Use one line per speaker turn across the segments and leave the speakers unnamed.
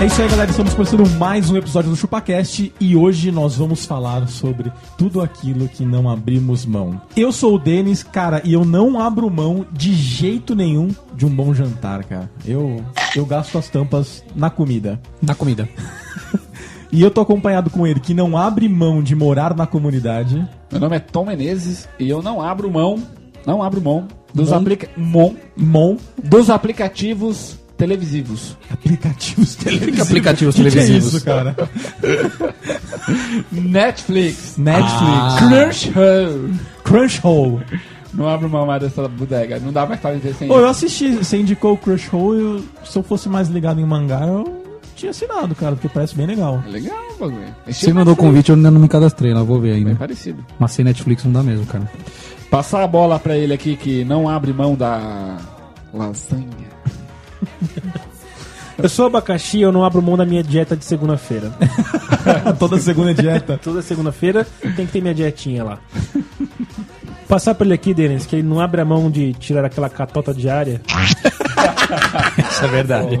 É isso aí, galera. Estamos começando mais um episódio do ChupaCast e hoje nós vamos falar sobre tudo aquilo que não abrimos mão. Eu sou o Denis, cara, e eu não abro mão de jeito nenhum de um bom jantar, cara. Eu, eu gasto as tampas na comida.
Na comida.
E eu tô acompanhado com ele, que não abre mão de morar na comunidade.
Meu nome é Tom Menezes e eu não abro mão, não abro mão dos,
Mão?
aplica mão,
Mon,
dos aplicativos televisivos.
aplicativos televisivos.
aplicativos
Que que
televisivos?
é isso, cara?
Netflix,
Netflix,
Ah.
Ah.
Crunchyroll.
Crunch Hole.
Não abro mão mais dessa bodega. Não dá mais pra viver sem
Ô, eu assisti, você indicou o Crush Hole, eu- se eu fosse mais ligado em mangá, eu tinha assinado, cara, porque parece bem legal.
É Legal, o bagulho.
Você mandou o convite, eu ainda não me cadastrei, lá vou ver
Bem
ainda.
É parecido.
Mas sem Netflix não dá mesmo, cara.
Passar a bola pra ele aqui que não abre mão da lasanha.
Eu sou abacaxi, eu não abro mão da minha dieta de segunda-feira.
Toda segunda é dieta.
Toda segunda-feira tem que ter minha dietinha lá. Passar pra ele aqui, Denis, que ele não abre a mão de tirar aquela catota diária.
Isso é verdade.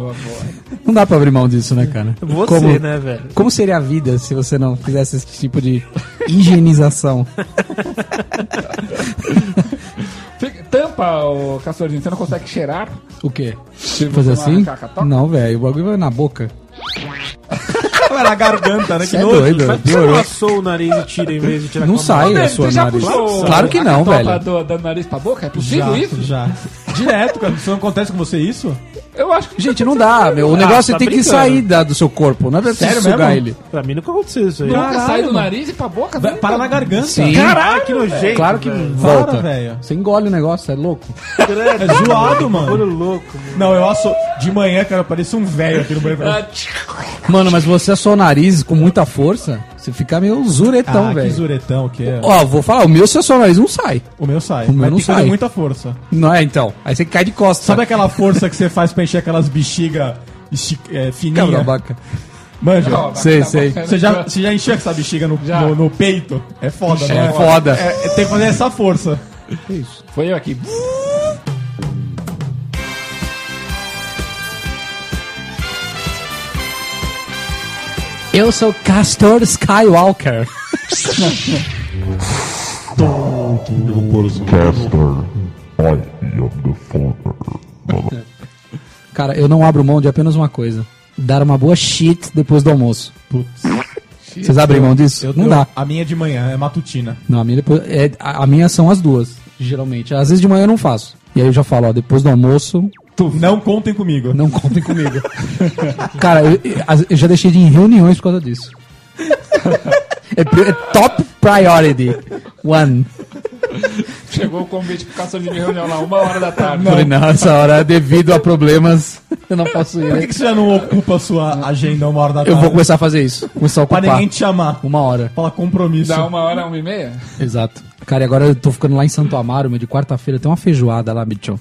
Não dá pra abrir mão disso, né, cara?
Você,
como,
né, velho?
Como seria a vida se você não fizesse esse tipo de higienização?
Fica- Tampa, o Castorzinho, você não consegue cheirar?
O quê?
Se
Fazer
você não
assim?
arrancar a catota?
Não, velho, o bagulho vai na boca.
Era a garganta, né? Que
Cê é
nojo.
doido.
Mas por que você não laçou o nariz e tira em vez de tirar
Não
com a
sai
mão?
a
Você
sua
Né, já
nariz.
puxou
Claro que
a
não,
catota
velho.
Do, do nariz pra boca? É
Já,
possível isso?
já. Direto, cara. Isso não acontece com você isso?
Eu acho que
Gente, não dá, meu. O
Ah,
negócio
tá
tem que
brincando.
sair da- do seu corpo, não é preciso
Sério
sugar
mesmo?
ele.
Pra mim nunca aconteceu isso aí.
nunca
Caralho,
sai do
mano.
nariz e pra boca.
Vai-
nunca.
Para na garganta.
Sim.
Caralho, Ah, que nojento.
Claro que
velho.
volta.
Para, velho.
Você engole o negócio, é louco.
É zoado,
Olho
mano.
louco.
Não, eu asso... De manhã, cara, parecia um velho aqui no banheiro.
Ah, tch,
Mano, mas você é só o nariz com muita força, você fica meio zuretão,
ah, que
velho.
zuretão que é.
Ó, vou falar, o meu se é só o nariz não sai.
O meu sai.
O meu
Mas
não
tem que fazer
sai.
muita força.
Não é, então. Aí você cai de costas. né?
Sabe aquela força que você faz pra encher aquelas bexigas é,
Cabra da
fininhas?
vaca.
Manja.
ó,
Sei,
tá
sei.
bom.
Você já, você já encheu essa bexiga no,
Já.
no, no peito? É foda,
É
né?
foda.
É, tem que fazer essa força.
Foi eu aqui.
Eu sou Castor Skywalker.
Castor, I am the father.
Cara, eu não abro mão de apenas uma coisa. Dar uma boa shit depois do almoço. Vocês abrem mão disso? não
Eu-
dá.
A minha é de manhã, é matutina.
Não, a minha, depois, é, a, a minha são as duas, geralmente. Às vezes de manhã eu não faço. E aí eu já falo, ó, depois do almoço,
Não contem comigo.
não contem comigo. Cara, eu, eu- as- eu já deixei de ir em reuniões por causa disso. É, pri- é top priority. One.
Chegou o convite pro Castor de reunião lá, uma hora da tarde.
Falei, não, essa hora, devido a problemas, eu não posso ir.
Por que, que você já não ocupa a sua agenda uma hora da tarde?
Eu vou começar a fazer isso. Começar a
Pra
ocupar
ninguém te chamar.
uma hora.
Fala compromisso.
Dá um- uma hora, uma e meia?
Exato. Cara, e agora eu tô ficando lá em Santo Amaro, meu, de quarta-feira tem uma feijoada lá, bicho.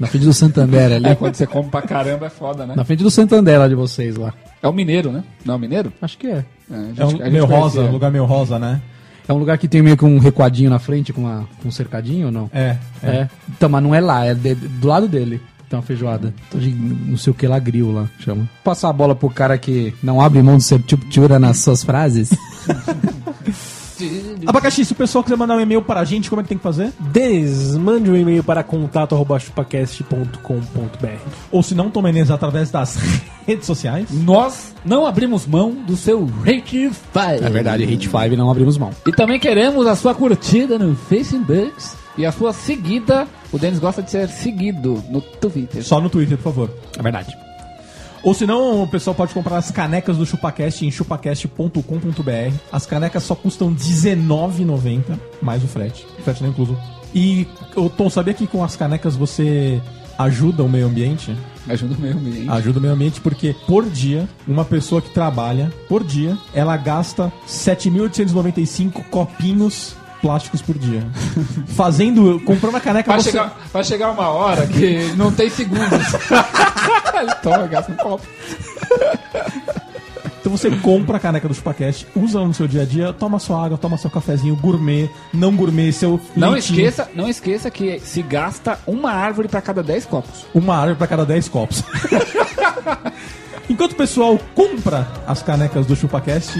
Na frente do Santander ali.
É, quando você come pra caramba é foda, né?
Na frente do Santander lá de vocês lá.
É o mineiro, né? Não é o mineiro?
Acho que é.
É, a gente-
É um
a gente
meu rosa,
conhecia.
lugar meu rosa, né?
É um lugar que tem meio que um recuadinho na frente com, uma, com um cercadinho ou não?
É. é.
Então, mas não é lá, é de- do lado dele. Tem uma feijoada. Então, de, não sei o que lá, grill lá, que chama. Passar a bola pro cara que não abre mão de septura nas suas frases.
Abacaxi, se o pessoal quiser mandar um e-mail pra gente, como é que tem que fazer?
Denis, mande um e-mail para contato.chupacast.com.br.
Ou se não, Tom Menezes, através das redes sociais.
Nós não abrimos mão do seu Rate 5.
É verdade, Hit 5 não abrimos mão.
E também queremos a sua curtida no Facebook e a sua seguida. O Denis gosta de ser seguido no Twitter.
Só no Twitter, por favor.
É verdade.
Ou se não, o pessoal pode comprar as canecas do ChupaCast em chupacast.com.br. As canecas só custam R$19,90, mais o frete. O frete não é incluso. E, ô, Tom, sabia que com as canecas você ajuda o meio ambiente?
Ajuda o meio ambiente.
Ajuda o meio ambiente porque por dia, uma pessoa que trabalha, por dia, ela gasta 7.895 copinhos plásticos por dia. Fazendo, comprando a caneca
Vai
você-
chegar, vai chegar uma hora que não tem segundos. Ele toma, gasta um copo.
Então você compra a caneca do ChupaCast, usa ela no seu dia a dia, toma sua água, toma seu cafezinho gourmet, não gourmet, seu
Não
leitinho,
esqueça, não esqueça que se gasta uma árvore pra cada 10 copos.
uma árvore para cada 10 copos. Enquanto o pessoal compra as canecas do ChupaCast,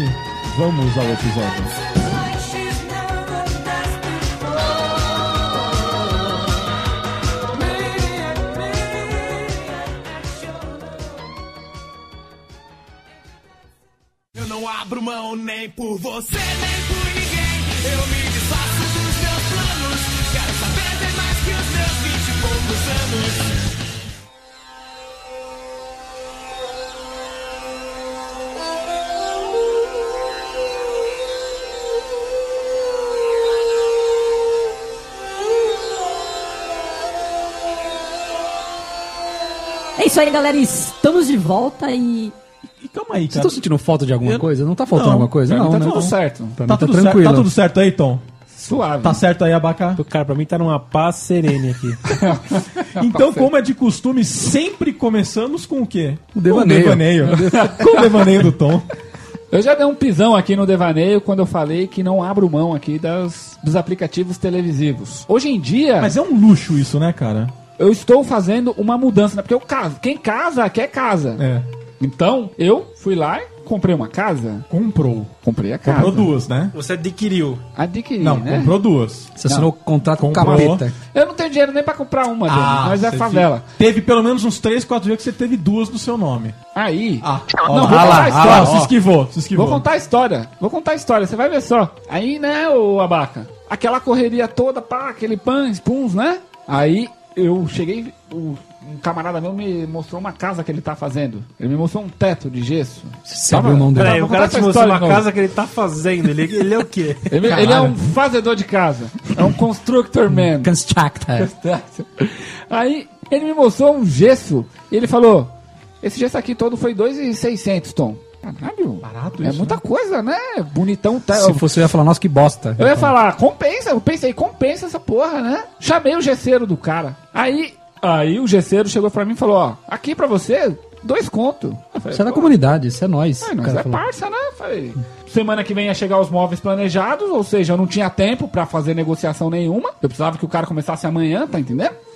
vamos ao episódio.
Like she's never danced before. Maniac, maniac, at your love.
Eu não abro mão nem por você, nem por ninguém. Eu me desfaço dos meus planos. Quero saber bem mais que os meus vinte e poucos anos.
É isso aí, galera. Estamos de volta e.
E calma aí,
Vocês
cara.
estão sentindo falta de alguma
Eu-
coisa? Não tá faltando
Não,
alguma coisa?
Pra
Não,
mim tá
né?
tudo certo.
Pra mim
Tá
tá,
tudo, certo,
tranquilo.
tá tudo certo aí, Tom?
Suave.
Tá certo aí, Abacá?
Cara, pra mim tá numa paz serene aqui.
Então, como é de costume, sempre começamos com o quê?
O
Com
devaneio.
o devaneio. com o devaneio do Tom.
Eu já dei um pisão aqui no devaneio quando eu falei que não abro mão aqui das, dos aplicativos televisivos. Hoje em dia,
Mas é um luxo isso, né, cara?
eu estou fazendo uma mudança, né? Porque eu caso, quem casa quer casa.
É.
Então, eu fui lá e comprei uma casa.
Comprou.
Comprei a casa.
Comprou duas, né?
Você adquiriu.
Adquiri,
Não,
né?
comprou duas.
Você assinou o contrato com o
Comprou.
capeta.
Eu não tenho dinheiro nem pra comprar uma, Denis, mas é
Ah, você
favela.
fi- Teve pelo menos uns 3, 4 dias que você teve duas do seu nome.
Aí.
Ah,
não,
ó,
vou
ah
contar
lá,
a
ah
história.
lá, se esquivou, se esquivou.
Vou contar a história. Vou contar a história, você vai ver só. Aí, né, ô Abaca? Aquela correria toda, pá, aquele pães, puns, né? Aí eu cheguei, o- um camarada meu me mostrou uma casa que ele tá fazendo. Ele me mostrou um teto de gesso.
Você abriu mão dele.
Peraí,
Vou
o cara
contar
te
essa
mostrou
história
uma
de novo.
casa que ele tá fazendo. Ele, ele é o quê?
Ele, ele é um fazedor de casa. É um constructor man.
Constructa.
Aí ele me mostrou um gesso e ele falou: Esse gesso aqui todo foi 2,600, Tom. Caralho,
Barato
é
isso,
muita coisa, né? Bonitão. Tá,
Se fosse eu ia falar, nossa, que bosta.
Eu ia falar, compensa, eu pensei, compensa essa porra, né? Chamei o gesseiro do cara. Aí, aí o gesseiro chegou pra mim e falou, ó, aqui pra você, dois conto. Eu falei,
Isso é da
"Pô,
comunidade, isso é nós.
ai,
o
nós
cara
é
falou.
parça, né? Eu Falei, semana que vem ia chegar os móveis planejados, ou seja, eu não tinha tempo pra fazer negociação nenhuma. Eu precisava que o cara começasse amanhã, tá entendendo?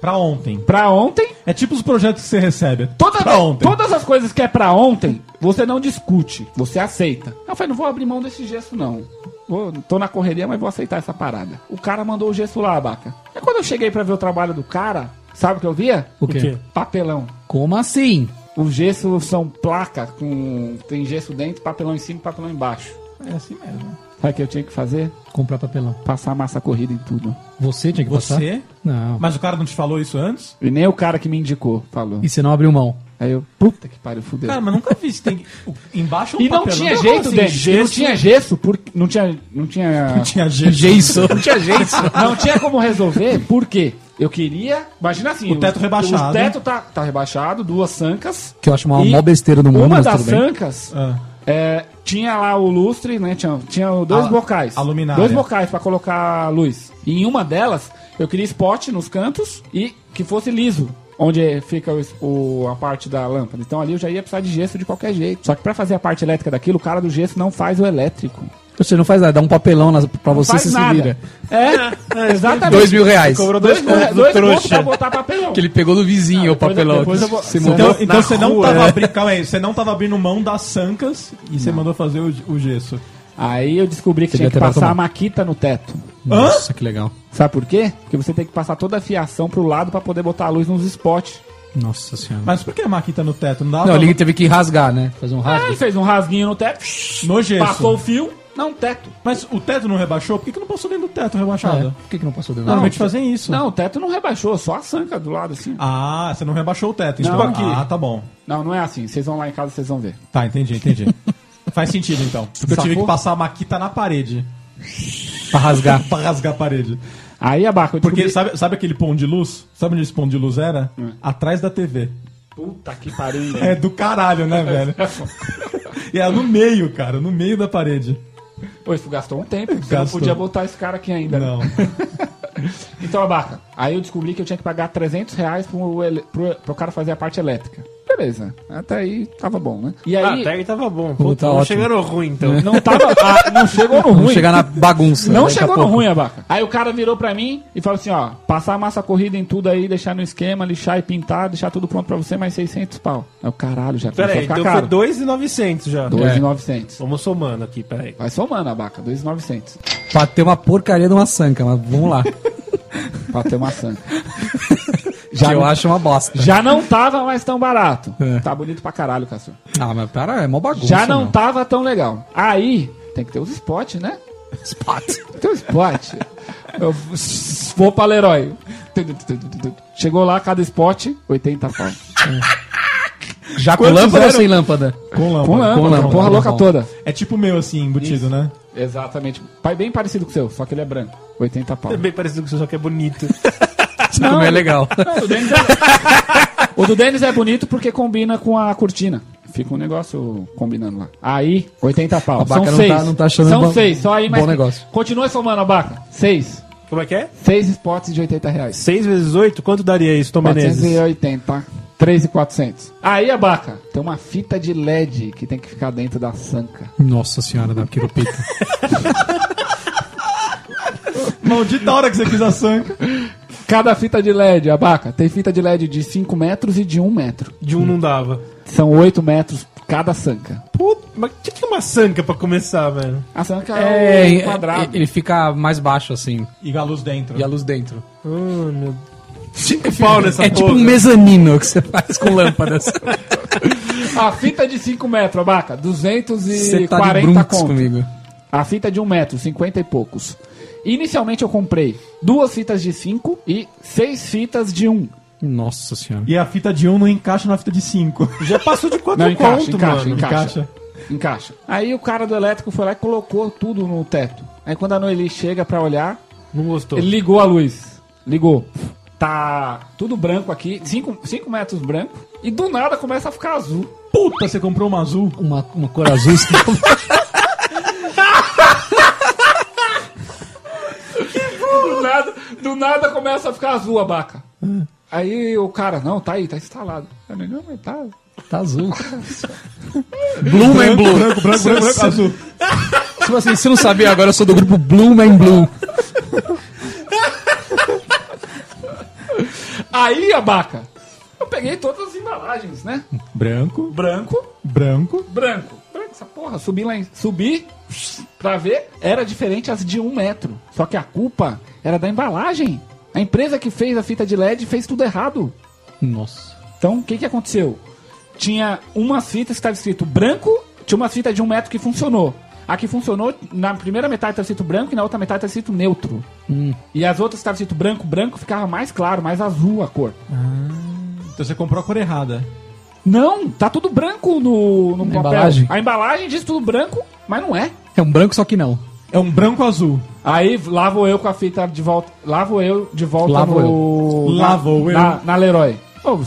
Pra ontem.
Pra ontem.
É tipo os projetos que você recebe.
Toda
pra
vez-
ontem.
Todas as coisas que é pra ontem, você não discute, você aceita. Eu falei, não vou abrir mão desse gesso, não. Vou, tô na correria, mas vou aceitar essa parada. O cara mandou o gesso lá, abaca. Aí quando eu cheguei pra ver o trabalho do cara, sabe o que eu via?
O quê?
Papelão.
Como assim?
Os gessos são placa com. Tem gesso dentro, papelão em cima e papelão embaixo.
É assim mesmo.
Sabe o que eu tinha que fazer?
Comprar papelão.
Passar massa corrida em tudo.
Você tinha que passar?
Você?
Não.
Mas o cara não te falou isso antes?
E nem o cara que me indicou falou.
E você não abriu mão.
Aí eu, puta que pariu, fudeu.
Cara, mas nunca vi. Você tem... o- Embaixo é um
E não
papelão.
tinha
Como
jeito,
assim?
Denis.
Gesso?
Não tinha gesso, porque. Não tinha. Não tinha.
Não tinha jeito.
Não tinha jeito. Não tinha como resolver, por quê? Eu queria. Imagina assim.
O teto rebaixado.
O teto tá, tá rebaixado, duas sancas.
Que eu acho uma
E
mó besteira do mundo,
Uma
mas
das
tudo bem.
sancas.
Ah,
é, tinha lá o lustre, né? Tinha, tinha dois
A-
bocais.
a luminária.
Dois bocais pra colocar luz. E em uma delas, eu queria spot nos cantos e que fosse liso. Onde fica o, o- a parte da lâmpada. Então ali eu já ia precisar de gesso de qualquer jeito. Só que pra fazer a parte elétrica daquilo, o cara do gesso não faz o elétrico.
Você não faz nada, dá um papelão nas- pra
Não
você
faz
se se
nada.
vira.
É, exatamente.
Dois mil reais.
Cobrou
Dois,
dois
Então,
dois,
pontos
dois
do
pontos pra
trouxa.
botar papelão.
Que ele pegou do vizinho o
depois-
papelão.
depois eu vou-
Você
Então-
mandou.
Então, então você não
rua,
tava
né?
abrindo. Calma aí, você não tava abrindo mão das sancas e você mandou fazer o, o gesso.
Aí eu descobri que
Você
tinha
devia
que
ter
passar
tomado.
a maquita no teto.
Nossa, que legal.
Sabe por quê? Porque você tem que passar toda a fiação pro lado pra poder botar a luz nos spots.
Nossa senhora.
Mas por que a maquita no teto? Não dá
Não, ele teve que rasgar, né? Fazer um
Ah, ele
rasgo.
fez um rasguinho no teto.
No gesso.
Passou o fio. Não, teto.
Mas o teto não rebaixou? Por que, que não passou dentro do teto
Ah,
rebaixado?
é. Por que, que não passou dentro?
Normalmente fazem isso.
Não, o teto não rebaixou, só a sanca do lado assim.
Ah, você não rebaixou o teto. Então
Não.
Ah, tá bom.
Não, não é assim. Vocês vão lá em casa, vocês vão ver.
Tá, entendi, entendi. Faz sentido então. Porque eu tive
Sacou?
que passar a maquita na parede.
pra rasgar.
pra rasgar a parede.
Aí a Baca, eu
Porque
descobri-
sabe, sabe aquele pão de luz? Sabe onde esse pão de luz era?
É.
Atrás da TV.
Puta que pariu.
É do caralho, né, velho? E era no meio, cara, no meio da parede.
Pô, isso gastou um tempo. Você não
Gastou.
podia botar esse cara aqui ainda. né?
Não.
Então, abaca. Aí eu descobri que eu tinha que pagar 300 reais pro, ele- pro, pro cara fazer a parte elétrica. Beleza. Até aí tava bom, né? E
Ah,
aí.
até aí tava bom.
Pô,
Puta,
tá
não
ótimo.
chegaram ruim, então.
Não tava. ah, não chegou no
Vamos
ruim.
chegar na bagunça.
Não
daqui a
chegou no
pouco.
ruim, abaca. Aí o cara virou pra mim e falou assim: ó, passar a massa corrida em tudo aí, deixar no esquema, lixar e pintar, deixar tudo pronto pra você, mais 600 pau. Aí o caralho, já começou
Pera
a
aí,
ficar
então foi
caro.
2,900 já.
2,900.
Vamos somando aqui, peraí.
Vai somando, abaca. 2,900.
Pra ter uma porcaria de uma sanca, mas vamos lá.
Pra ter maçã.
que eu
não-
acho uma bosta.
Já não tava mais tão barato.
É.
Tá bonito pra caralho, Cassio.
Ah, mas pera, é mó bagunça.
Já não tá-
meu.
tava tão legal. Aí, tem que ter os spots, né? Spot. Tem um spot. Eu s- vou pra Leroy. Chegou lá, cada spot, 80 pau.
Já com
Quantos
lâmpada ou
eram?
sem lâmpada?
Com lâmpada.
Com lâmpada,
lâmpada,
porra
tá
louca
bom.
toda.
É tipo o meu, assim, embutido, né?
Exatamente. Pai bem parecido com o seu, só que ele é branco. 80 pau.
É bem parecido com o seu, só que é bonito.
Isso Como é legal.
O, Dennis é... o do Denis é bonito porque combina com a cortina. Fica um negócio combinando lá. Aí, 80 pau.
A Baca
São
não
seis.
tá- não tá achando
São
bom-
seis, só aí, mas.
bom negócio.
Continua somando, Abaca. Seis.
Como é que é?
Seis spots de 80 reais.
6 vezes 8, quanto daria isso, Tom Menezes?
480. 3,400. Aí, Abaca, tem uma fita de LED que tem que ficar dentro da sanca.
Nossa senhora da quiropita.
Maldita hora que você quis a sanca.
Cada fita de LED, Abaca, tem fita de LED de 5 metros e de 1 metro.
De um não dava.
São 8 metros cada sanca.
Puta, mas tinha que ter uma sanca pra começar, velho.
A sanca é,
É,
um quadrado.
ele fica mais baixo assim,
E a luz dentro.
e a luz dentro.
Ah, meu Cinco pau nessa
É tipo um mezanino que você faz com assim. lâmpadas.
A fita de 5 metros, abaca,
Você
240
tá de bruncos
conto.
comigo.
A fita de 1 um metro, 50 e poucos. Inicialmente eu comprei duas fitas de 5 e seis fitas de 1. Um.
Nossa senhora.
E a fita de um não encaixa na fita de cinco.
Já passou de quanto
Não, encaixa,
conto,
encaixa,
mano?
Encaixa.
Encaixa.
Encaixa. Aí o cara do elétrico foi lá e colocou tudo no teto. Aí quando a Noeli chega pra olhar,
Não gostou.
ele ligou a luz. Ligou. Tá tudo branco aqui, 5 metros branco. E do nada começa a ficar azul.
Puta, você comprou uma azul.
Uma, uma cor azul.
Do nada, do nada começa a ficar azul a vaca. Aí o cara, não, tá aí, tá instalado. Eu falei, não, mas tá.
tá azul. Blue Man Blue.
Branco, branco, branco, branco, azul.
Tipo assim, se não sabia, agora eu sou do grupo Blue Man Blue.
Aí a vaca. Eu peguei todas as embalagens, né?
Branco,
Branco,
branco.
branco. Branco, essa porra. Subi lá em. Subi pra ver. Era diferente as de um metro. Só que a culpa era da embalagem. A empresa que fez a fita de LED fez tudo errado.
Nossa.
Então, o que, que aconteceu? Tinha umas fitas que estava escrito branco, tinha umas fitas de um metro que funcionou. A que funcionou, na primeira metade estava escrito branco e na outra metade estava escrito neutro.
Hum.
E as outras que estavam escrito branco, branco, ficava mais claro, mais azul a cor.
Então você comprou a cor errada.
Não, tá tudo branco no, no papel.
embalagem?
A embalagem diz tudo branco, mas não é.
É um branco, só que não.
É um branco azul.
Aí lá vou eu com a fita de volta. Lá vou eu de volta
Lá vou
no.
eu.
Na,
Lá vou eu.
Na, na Leroy. Ô,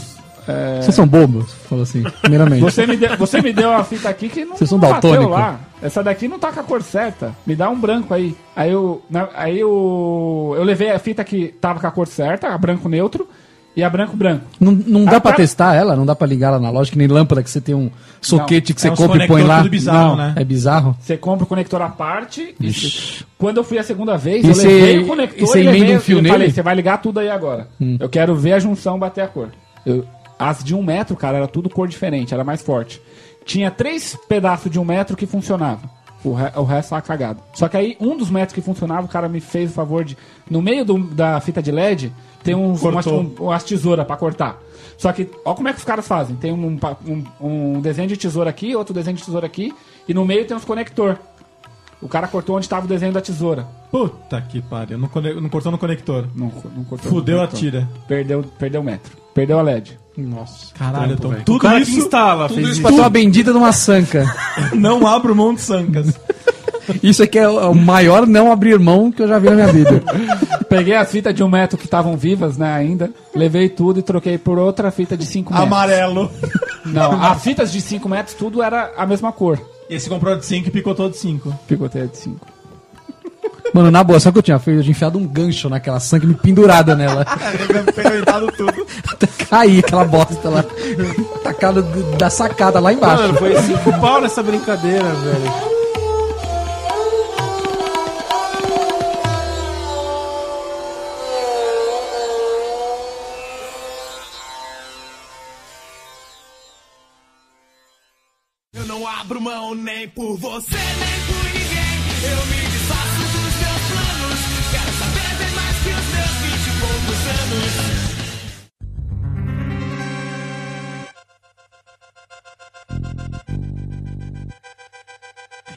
é,
Vocês são bobos? Falou assim, primeiramente.
Você me, deu, você me deu uma fita aqui que não,
Vocês são
não
daltônico.
lá. Essa daqui não tá com a cor certa. Me dá um branco aí. Aí eu, na- aí eu, eu levei a fita que tava com a cor certa, a branco neutro, e a branco branco.
Não, não dá
Ah,
pra
tá.
testar ela? Não dá pra ligar ela na loja, que nem lâmpada que você tem um soquete que você
é uns
compra e põe
conector
lá.
tudo bizarro,
não,
né?
É bizarro.
Você compra o conector à parte. e se- quando eu fui a segunda vez,
E
eu
você-
levei o
e
conector
você
levei-
emenda um fio
eu falei,
nele?
você vai ligar tudo aí agora.
Hum.
Eu quero ver a junção bater a cor. Eu- as de um metro, cara, era tudo cor diferente, era mais forte. Tinha três pedaços de um metro que funcionava. O, re- o resto tava cagado. Só que aí, um dos metros que funcionava, o cara me fez o favor de. No meio do- da fita de LED, tem uns, umas,
Cortou.
um- umas tesouras pra cortar. Só que, ó como é que os caras fazem. Tem um, pa- um- um desenho de tesoura aqui, outro desenho de tesoura aqui, e no meio tem uns conector. O cara cortou onde estava o desenho da tesoura.
Puta que pariu. Não, cone- não cortou no conector.
Não, não cortou.
Fudeu
não
a
cortou.
tira.
Perdeu, perdeu o metro. Perdeu a LED.
Nossa.
Caralho, então
velho.
tudo
o cara
isso
que instala, fez
Pra tua bendita de uma sanca.
não abro mão de sancas.
Isso aqui é o maior não abrir mão que eu já vi na minha vida.
Peguei as fitas de um metro que estavam vivas, né, ainda. Levei tudo e troquei por outra fita de 5 metros.
Amarelo.
Não, as fitas de 5 metros, tudo era a mesma cor.
Esse comprou de 5 e picotou de 5.
Picoteia de 5.
Mano, na boa, sabe o que eu tinha feito? Eu tinha enfiado um gancho naquela sangue me pendurada nela.
É,
Fermentado tudo.
Até cair aquela bosta lá. Tacada do- da sacada lá embaixo.
Mano, foi cinco pau nessa brincadeira, velho.
Eu não abro mão nem por você, nem por ninguém. Eu me desfaço dos meus planos. Quero saber bem mais que os meus vinte e poucos anos.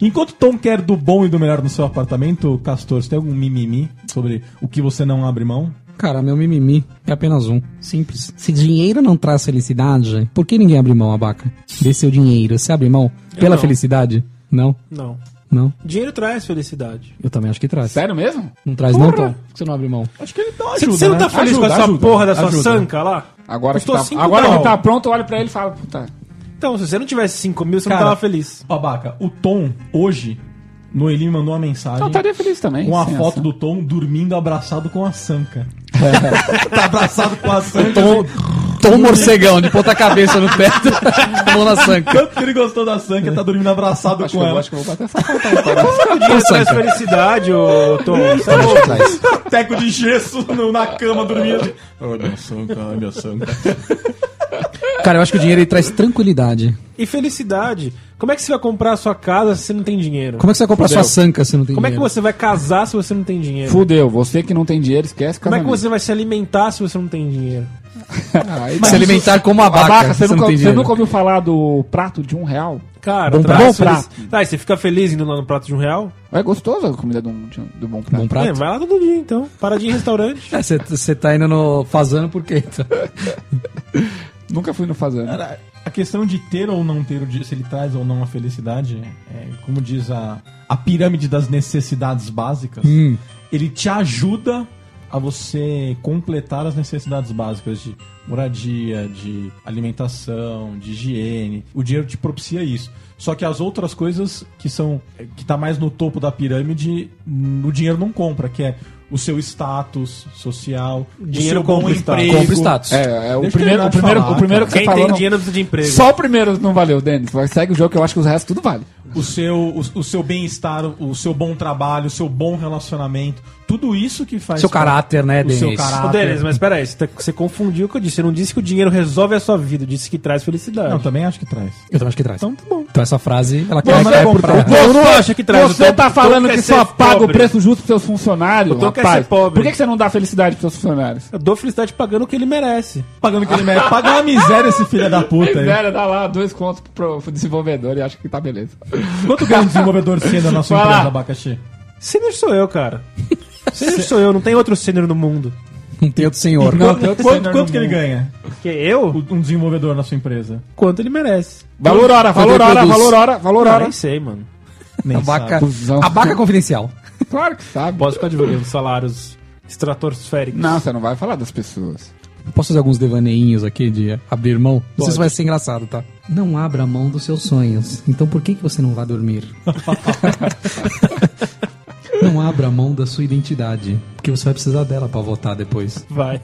Enquanto Tom quer do bom e do melhor no seu apartamento, Castor, você tem algum mimimi sobre o que você não abre mão?
Cara, meu mimimi é apenas um. Simples. Se dinheiro não traz felicidade, por que ninguém abre mão, abaca? Dê seu dinheiro. Você abre mão pela
não.
felicidade? Não,
Não.
não.
Dinheiro traz felicidade.
Eu também acho que traz.
Sério mesmo?
Não traz não, Tom? Por que Você não abre mão.
Acho que ele tá
Você você não tá feliz com essa porra da sua sanca lá?
Agora, que
Custou
tá,
cinco
agora
pau.
que tá pronto, eu olho pra ele e falo, puta.
Então, se você não tivesse 5 mil, você
Cara,
não tava feliz.
Babaca, o Tom, hoje, Noeli me mandou uma mensagem
Eu estaria feliz também.
com a
sem
foto
essa.
do Tom dormindo abraçado com a sanca. tá abraçado com a sanca.
Tom, Tom morcegão, de ponta cabeça no teto. mão na sanca.
Tanto que ele gostou da sanca, tá dormindo abraçado
Acho que,
com
eu, vou-
ela.
acho que eu vou bater essa foto aí. cara.
Ô,
Traz
sanca.
felicidade, ô Tom. Você é louco.
Atrás.
Teco de gesso no- na cama dormindo. Ai, minha sanca, ai, minha sanca.
Cara, eu acho que o dinheiro ele traz tranquilidade.
E felicidade. Como é que você vai comprar a sua casa se você não tem dinheiro?
Como é que você vai comprar sua sanca se não tem
Como é que
dinheiro?
você vai casar se você não tem dinheiro?
Fudeu, você que não tem dinheiro, esquece
Como é que
casamento.
você vai se alimentar se você não tem dinheiro?
Aí
Se alimentar como abaca,
Abaca, é você,
você não
nunca,
tem
você
dinheiro.
nunca ouviu falar do prato de um real?
Cara,
Bom
traz
prato.
feliz- Tá, e você fica feliz indo lá no prato de um real?
É gostoso a comida um, do, do bom prato.
Bom
É,
prato?
vai lá todo dia então. Paradinha em restaurante.
É, Você você tá indo no fazano por quê? então?
Nunca fui no fazenda.
Cara, a questão de ter ou não ter o dinheiro, se ele traz ou não a felicidade, é, como diz a, a pirâmide das necessidades básicas, ele te ajuda a você completar as necessidades básicas de moradia, de alimentação, de higiene. O dinheiro te propicia isso. Só que as outras coisas que são que tá mais no topo da pirâmide, hum, o dinheiro não compra, que é o seu status social,
Dinheiro
o seu bom
compra status.
emprego.
Compra o status.
É, é o
Deixa eu
primeiro,
terminar
o
de
primeiro,
falar,
o primeiro que você
Quem
falou.
tem
não-
dinheiro precisa de emprego.
Só o primeiro não valeu, Denis. Vai, segue o jogo que eu acho que os restos tudo vale.
o seu, o, o seu bem-estar, o seu bom trabalho, o seu bom relacionamento, tudo isso que faz.
Seu caráter, né,
o seu
Denis?
caráter.
Ô, Denis, mas peraí, você, tá- você confundiu o que eu disse. Você não disse que o dinheiro resolve a sua vida, disse que traz felicidade.
Não, tá. também acho que traz.
Eu também acho que traz.
Então tá bom.
Então essa frase, ela
Bom,
quer
mas é
é
bom
por
prato.
trás.
Você Tá. não acha que traz
Você
o Tom-
tá
Tom
falando
quer
que
ser
só paga
pobre.
o preço justo pros seus funcionários,
O Tom quer
rapaz.
ser pobre.
Por que, que você não dá felicidade pros seus funcionários?
Eu dou felicidade pagando o que ele merece. Ah,
Pagando que ele merece. Paga uma miséria esse filho da puta aí.
Velho, dá lá dois contos pro, pro desenvolvedor e acho que tá beleza.
Quanto ganha um desenvolvedor sendo na sua
Vai
empresa,
lá.
abacaxi?
Sênior sou eu, cara. Sênior sou eu, não tem outro sênior no mundo.
Não tem outro um senhor.
Quanto, quanto, que ele ganha?
Que eu?
o- Um desenvolvedor na sua empresa?
Quanto ele merece.
Valor hora, valor
Quando ele
hora,
produz.
valor hora, valor
Cara,
hora.
nem sei, mano.
Nem
Abaca,
sabe.
Cusão.
abaca é confidencial.
Claro que sabe.
Posso ficar divulgando salários estratosféricos.
Não, você não vai falar das pessoas.
Posso fazer alguns devaneinhos aqui de abrir mão? Não sei se vai ser engraçado, tá? Não abra mão dos seus sonhos. Então por que, que você não vai dormir? não abra mão da sua identidade. Porque você vai precisar dela pra votar depois.
Vai.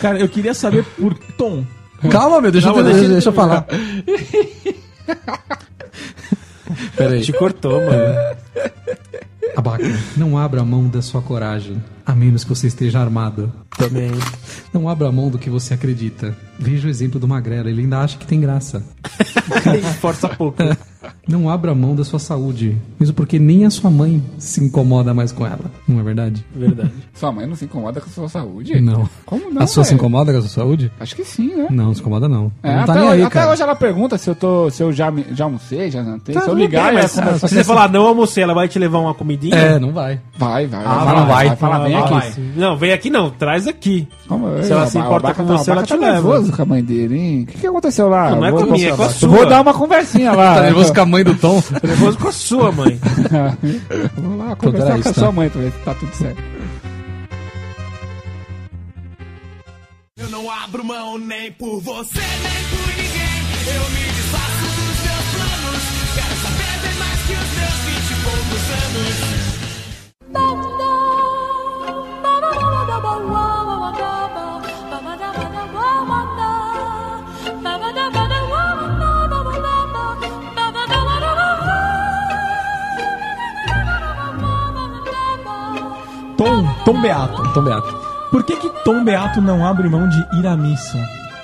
Cara, eu queria saber por Tom.
Calma, meu, deixa, eu, deixa, deixa eu falar. Peraí.
Te cortou, mano.
Abaca, não abra mão da sua coragem, a menos que você esteja armado.
Também.
Não abra mão do que você acredita. Veja o exemplo do Magrela, ele ainda acha que tem graça.
Força pouco.
Não abra mão da sua saúde, mesmo porque nem a sua mãe se incomoda mais com ela. Não é verdade?
Verdade.
Sua mãe não se incomoda com a sua saúde?
Não.
Como não?
A sua se
velho?
incomoda com a sua saúde?
Acho que sim, né?
Não, se incomoda não.
É,
não tá
até,
nem
hoje,
aí,
até
cara. Tá
hoje ela pergunta se eu, tô, se eu já, me- já almocei, já jantei. se eu
tudo
ligar, ela
bem, um mas
conversa.
se você falar não almocei, ela vai te levar uma comidinha?
É, não vai.
Vai, vai.
Ah,
fala,
vai,
vai, fala, vem
vai,
aqui.
vai.
Não, vem aqui não, traz nós aqui.
Calma, aí,
Se ela se
o
importa
Abaca-
com
não, o
você, ela
Abaca
te
tá
leva.
nervoso com a mãe dele, hein? O que, que aconteceu lá?
Não, não é
Eu vou-
com a minha, é com a
eu Vou
sua.
dar uma conversinha lá.
Tá
Eu
nervoso
vou-
com a mãe do Tom?
Tô nervoso com a sua mãe.
Vamos lá,
Contar
conversar com a
isso,
sua
né?
tá?
mãe pra ver se tá tudo certo.
Eu não abro mão nem por você, nem por ninguém. Eu me desfaço dos meus planos. Quero saber bem mais que os meus vinte e poucos anos.
Tom, Tom Beato.
Tom Beato.
Por que que Tom Beato não abre mão de ir à missa?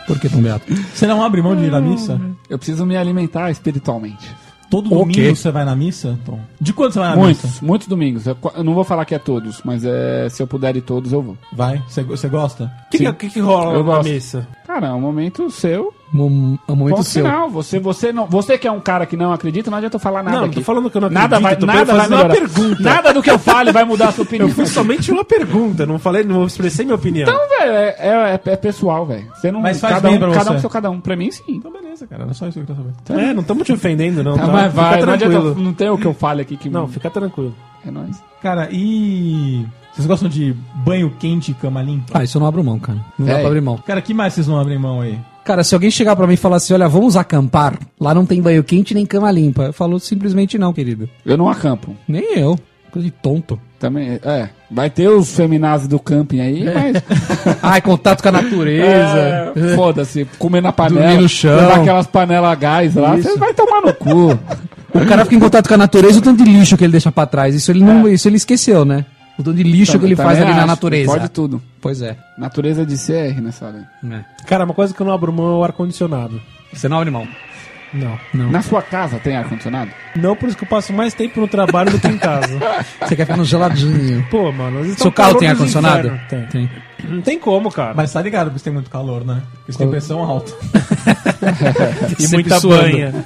Por que Tom Beato?
Você não abre mão de ir à missa?
Eu preciso me alimentar espiritualmente.
Todo
Hum. O
domingo
quê?
você vai na missa, Tom? De quando
Ah,
você vai na missa?
Muitos, muitos domingos. Eu, co- eu não vou falar que é todos, mas é, se eu puder ir todos, eu vou.
Vai? Você go- você gosta?
O que, que, que que rola
Eu
na
gosto.
missa?
Cara, é um momento seu.
Mom- É um momento
Ponto
seu.
final. Você, você, não, você que é um cara que não acredita, não adianta eu falar nada
Não, não
aqui.
tô falando que eu não
Nada vai,
acredito, tô
nada vai
fazendo uma
melhorar.
pergunta.
Nada do que eu fale vai mudar a sua opinião.
Eu fiz somente uma pergunta, não falei, não expressei minha opinião.
Então, velho, é, é, é- é pessoal, velho. Você não.
Mas faz
cada
bem
um,
pra
cada
você.
um seu cada um. Pra mim, sim.
Então beleza, cara. Era só isso que eu queria saber.
é, não estamos te ofendendo, não.
Tá,
tá?
mas vai,
fica
não, adianta,
tranquilo.
não tem o que eu fale aqui que.
Não, fica tranquilo.
É nóis.
Cara, e... Vocês gostam de banho quente e cama limpa?
Ah, isso eu não abro mão, cara. Não dá
Véi.
pra abrir mão.
Cara, que mais vocês não abrem mão aí?
Cara, se alguém chegar pra mim e falar assim, olha, vamos acampar, lá não tem banho quente nem cama limpa. Eu falo simplesmente não, querido.
Eu não acampo.
Nem eu. Coisa de tonto.
Também. É. Vai ter os feminazes do camping aí,
É.
mas.
Ai, contato com a natureza.
É, Foda-se, comer na panela.
Dormir no chão.
levar aquelas panelas a gás lá. Você vai tomar no cu.
O cara fica em contato com a natureza, o tanto de lixo que ele deixa pra trás. Isso ele
É.
não, isso ele esqueceu, né? O tanto de lixo
Então,
que ele
Também
faz ali na
acho,
natureza.
Pode tudo.
Pois é.
Natureza de CR nessa hora.
Cara, uma coisa que eu não abro mão é o ar-condicionado.
Você não é um abre mão.
Não.
Na sua casa tem ar-condicionado?
Não, por isso que eu passo mais tempo no trabalho do que em casa.
Você quer ficar no geladinho.
Pô, mano, às vezes tá
Seu
um
carro
calor
tem
dos
ar-condicionado?
infernos. Tem. Não tem como, cara.
Mas tá ligado, porque tem muito calor, né? Porque tem pressão alta.
e
Sempre
muita
suando.
banha.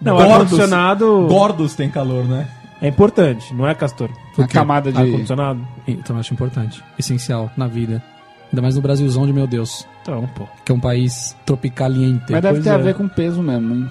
não,
Gordos.
ar-condicionado
Gordos tem calor, né?
é importante, não é, Castor?
A camada
Ah,
de.
Ar-condicionado?
Então eu acho importante. Essencial na vida. Ainda mais no Brasilzão de meu Deus.
Então, pô.
Que é um país tropicaliente.
Mas deve
Pois
ter a
é.
ver com peso mesmo, hein?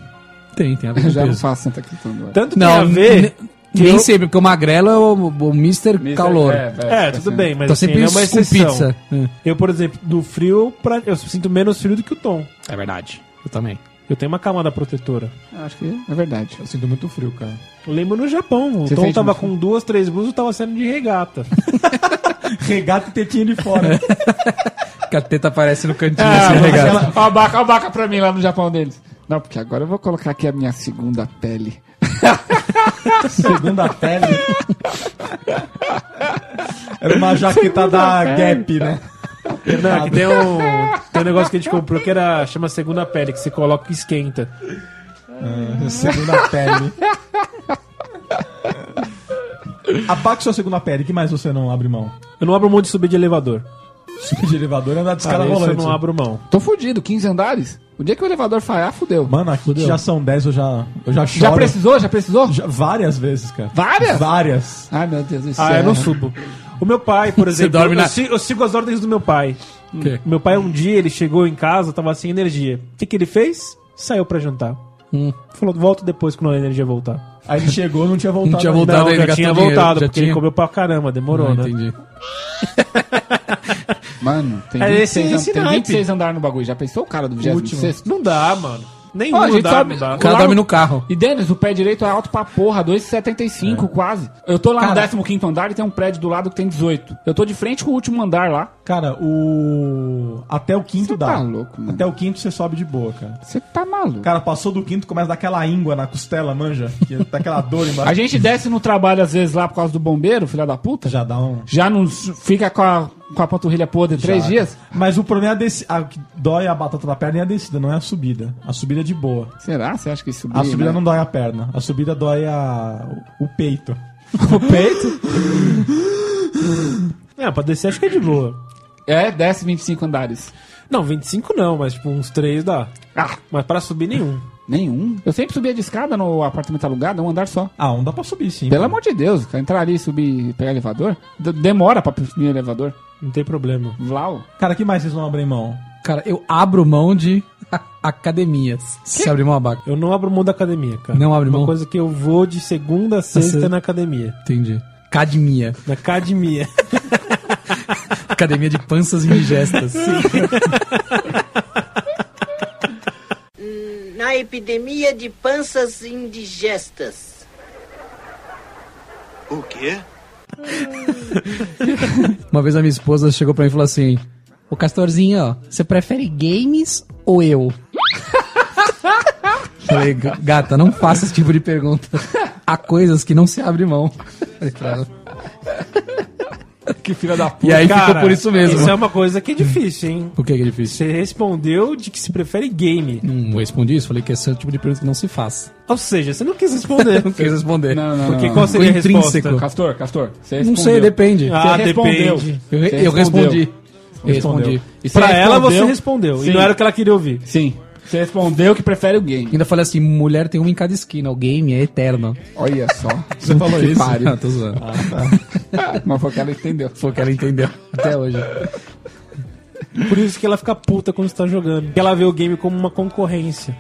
Tem, tem a ver
Eu
com
já não
peso.
faço tanta questão do
Tanto tem a
Não,
ver...
ne-
que
nem
eu-
sempre, porque o magrelo é o, o Mr. Calor. Então,
É, velho,
É,
tá
tudo
sendo-
bem, mas
Tô
assim,
sempre
é uma
com
exceção.
pizza. É.
Eu, por exemplo, do frio, pra... eu sinto menos frio do que o Tom.
É verdade. Eu também.
Eu tenho uma camada protetora.
Acho que é verdade.
Eu sinto muito frio, cara.
Eu lembro no Japão, o
Você
Tom
fez
tava
no-
com duas, três blusas, eu tava saindo de regata.
Regata e tetinha de fora.
É, Que a teta aparece no cantinho
Ah,
É,
assim, regado.
aquela- ó, a baca, ó, a baca pra mim lá no Japão deles. Não, porque agora eu vou colocar aqui a minha segunda pele.
Segunda pele. Era uma jaqueta da Gap, né?
Não, que tem um, tem um negócio que a gente comprou que era, chama segunda pele, que você coloca e esquenta.
Segunda pele. Apaga sua segunda pele, que mais você não abre mão?
Eu não abro mão de subir de elevador.
Subir de elevador e andar de escada
Cara, isso eu
rolante.
não abro mão.
Tô fudido, 15 andares. O dia que o elevador falhar, fudeu.
Mano, aqui já são 10, eu já, eu já choro.
já precisou? Já precisou?
Já- várias vezes, cara.
Várias?
Várias.
Ai, meu Deus do céu.
Ah, eu não subo. O meu pai, por exemplo,
dorme
eu,
na-
si- eu sigo as ordens do meu pai.
Quê?
Meu pai um dia ele chegou em casa, tava sem energia. O que, que ele fez? Saiu pra jantar.
Hum.
Falou, volto depois quando a energia voltar.
Aí ele chegou, não tinha voltado.
Não tinha
ainda.
voltado.
não,
ele
já
gastou
tinha
dinheiro,
voltado,
já
porque ele
tinha?
comeu pra caramba, demorou,
Ah,
né?
entendi.
Mano, tem
É
26,
esse- esse
an- tem
naipe.
26 andares no bagulho. Já pensou o cara do 26?
Não dá, mano. Nem
Ó, a
não
gente
dá,
sabe-
não dá.
O cara
Lá
dorme
no-
no carro.
E Denis, o pé direito é alto pra porra, 2,75 quase. Eu tô lá
Cara.
no 15 andar e tem um prédio do lado que tem 18. Eu tô de frente com o último andar lá.
Cara, o. Até o quinto
Você
dá.
tá louco, mano.
Até o quinto você sobe de boa, cara.
Você tá maluco.
Cara, passou do quinto, começa daquela íngua na costela, manja. Que dá aquela dor
A
embaixo.
gente desce no trabalho às vezes lá por causa do bombeiro, filha da puta. Já,
Já dá um.
não s- fica com a, com a panturrilha podre três
Já.
dias?
Mas o problema é a descida. A que dói a batata da perna é a descida, não é a subida. A subida é de boa.
Será? Você acha que né? subir?
A subida Ah, não dói a perna. A subida dói a... o peito. O peito?
É, pra descer acho que é de boa.
É, desce 25 andares.
Não, 25 não, mas tipo uns 3 dá.
Ah,
Mas pra subir nenhum.
nenhum. Eu sempre subia de escada no apartamento alugado, é um andar só.
ah, um dá pra subir sim.
Pelo amor de Deus, cara, entrar ali, subir, pegar elevador, d- demora pra subir elevador.
Não tem problema.
Vlau?
Cara, que mais vocês não abrem mão?
Cara, eu abro mão de academias. Se abrir mão abaca.
Eu não abro mão da academia, cara.
Não abre
Uma
mão? Tá
coisa que eu vou de segunda a sexta é
sexta.
na academia.
Entendi. Academia.
Na academia.
Academia de panças e indigestas.
na epidemia de panças indigestas.
O quê?
Uma vez a minha esposa chegou pra mim e falou assim: Ô Castorzinho, ó, você prefere games ou eu? Falei, "Ga- gata, não faça esse tipo de pergunta. Há coisas que não se abre mão. Falei pra ela.
Que filha da puta.
E aí
Cara,
ficou por isso mesmo.
Isso é uma coisa que é difícil, hein?
O que que é difícil?
Você respondeu de que se prefere game.
Hum, eu respondi isso, falei que esse é o tipo de pergunta que não se faz.
Ou seja, você não quis responder.
Não quis responder.
Não, não,
Porque
não.
qual seria a
Ficou
resposta?
intrínseco.
Castor, Castor, você
Não sei,
respondeu.
depende.
Ah,
Você respondeu.
depende.
Eu,
Você
re- eu respondi. Eu respondi.
E você
Pra ela
respondeu-
você respondeu.
Sim.
E não era o que ela queria ouvir.
Sim. Você respondeu que prefere o game.
Ainda falei assim: mulher tem uma em cada esquina, o game é eterno. Ah,
Olha só. Você
É
falou
que
isso.
pariu. Tô zoando.
Mas foi o que ela entendeu.
Foi o que ela entendeu até hoje.
Por isso que ela fica puta quando você tá jogando. Porque ela vê o game como uma concorrência.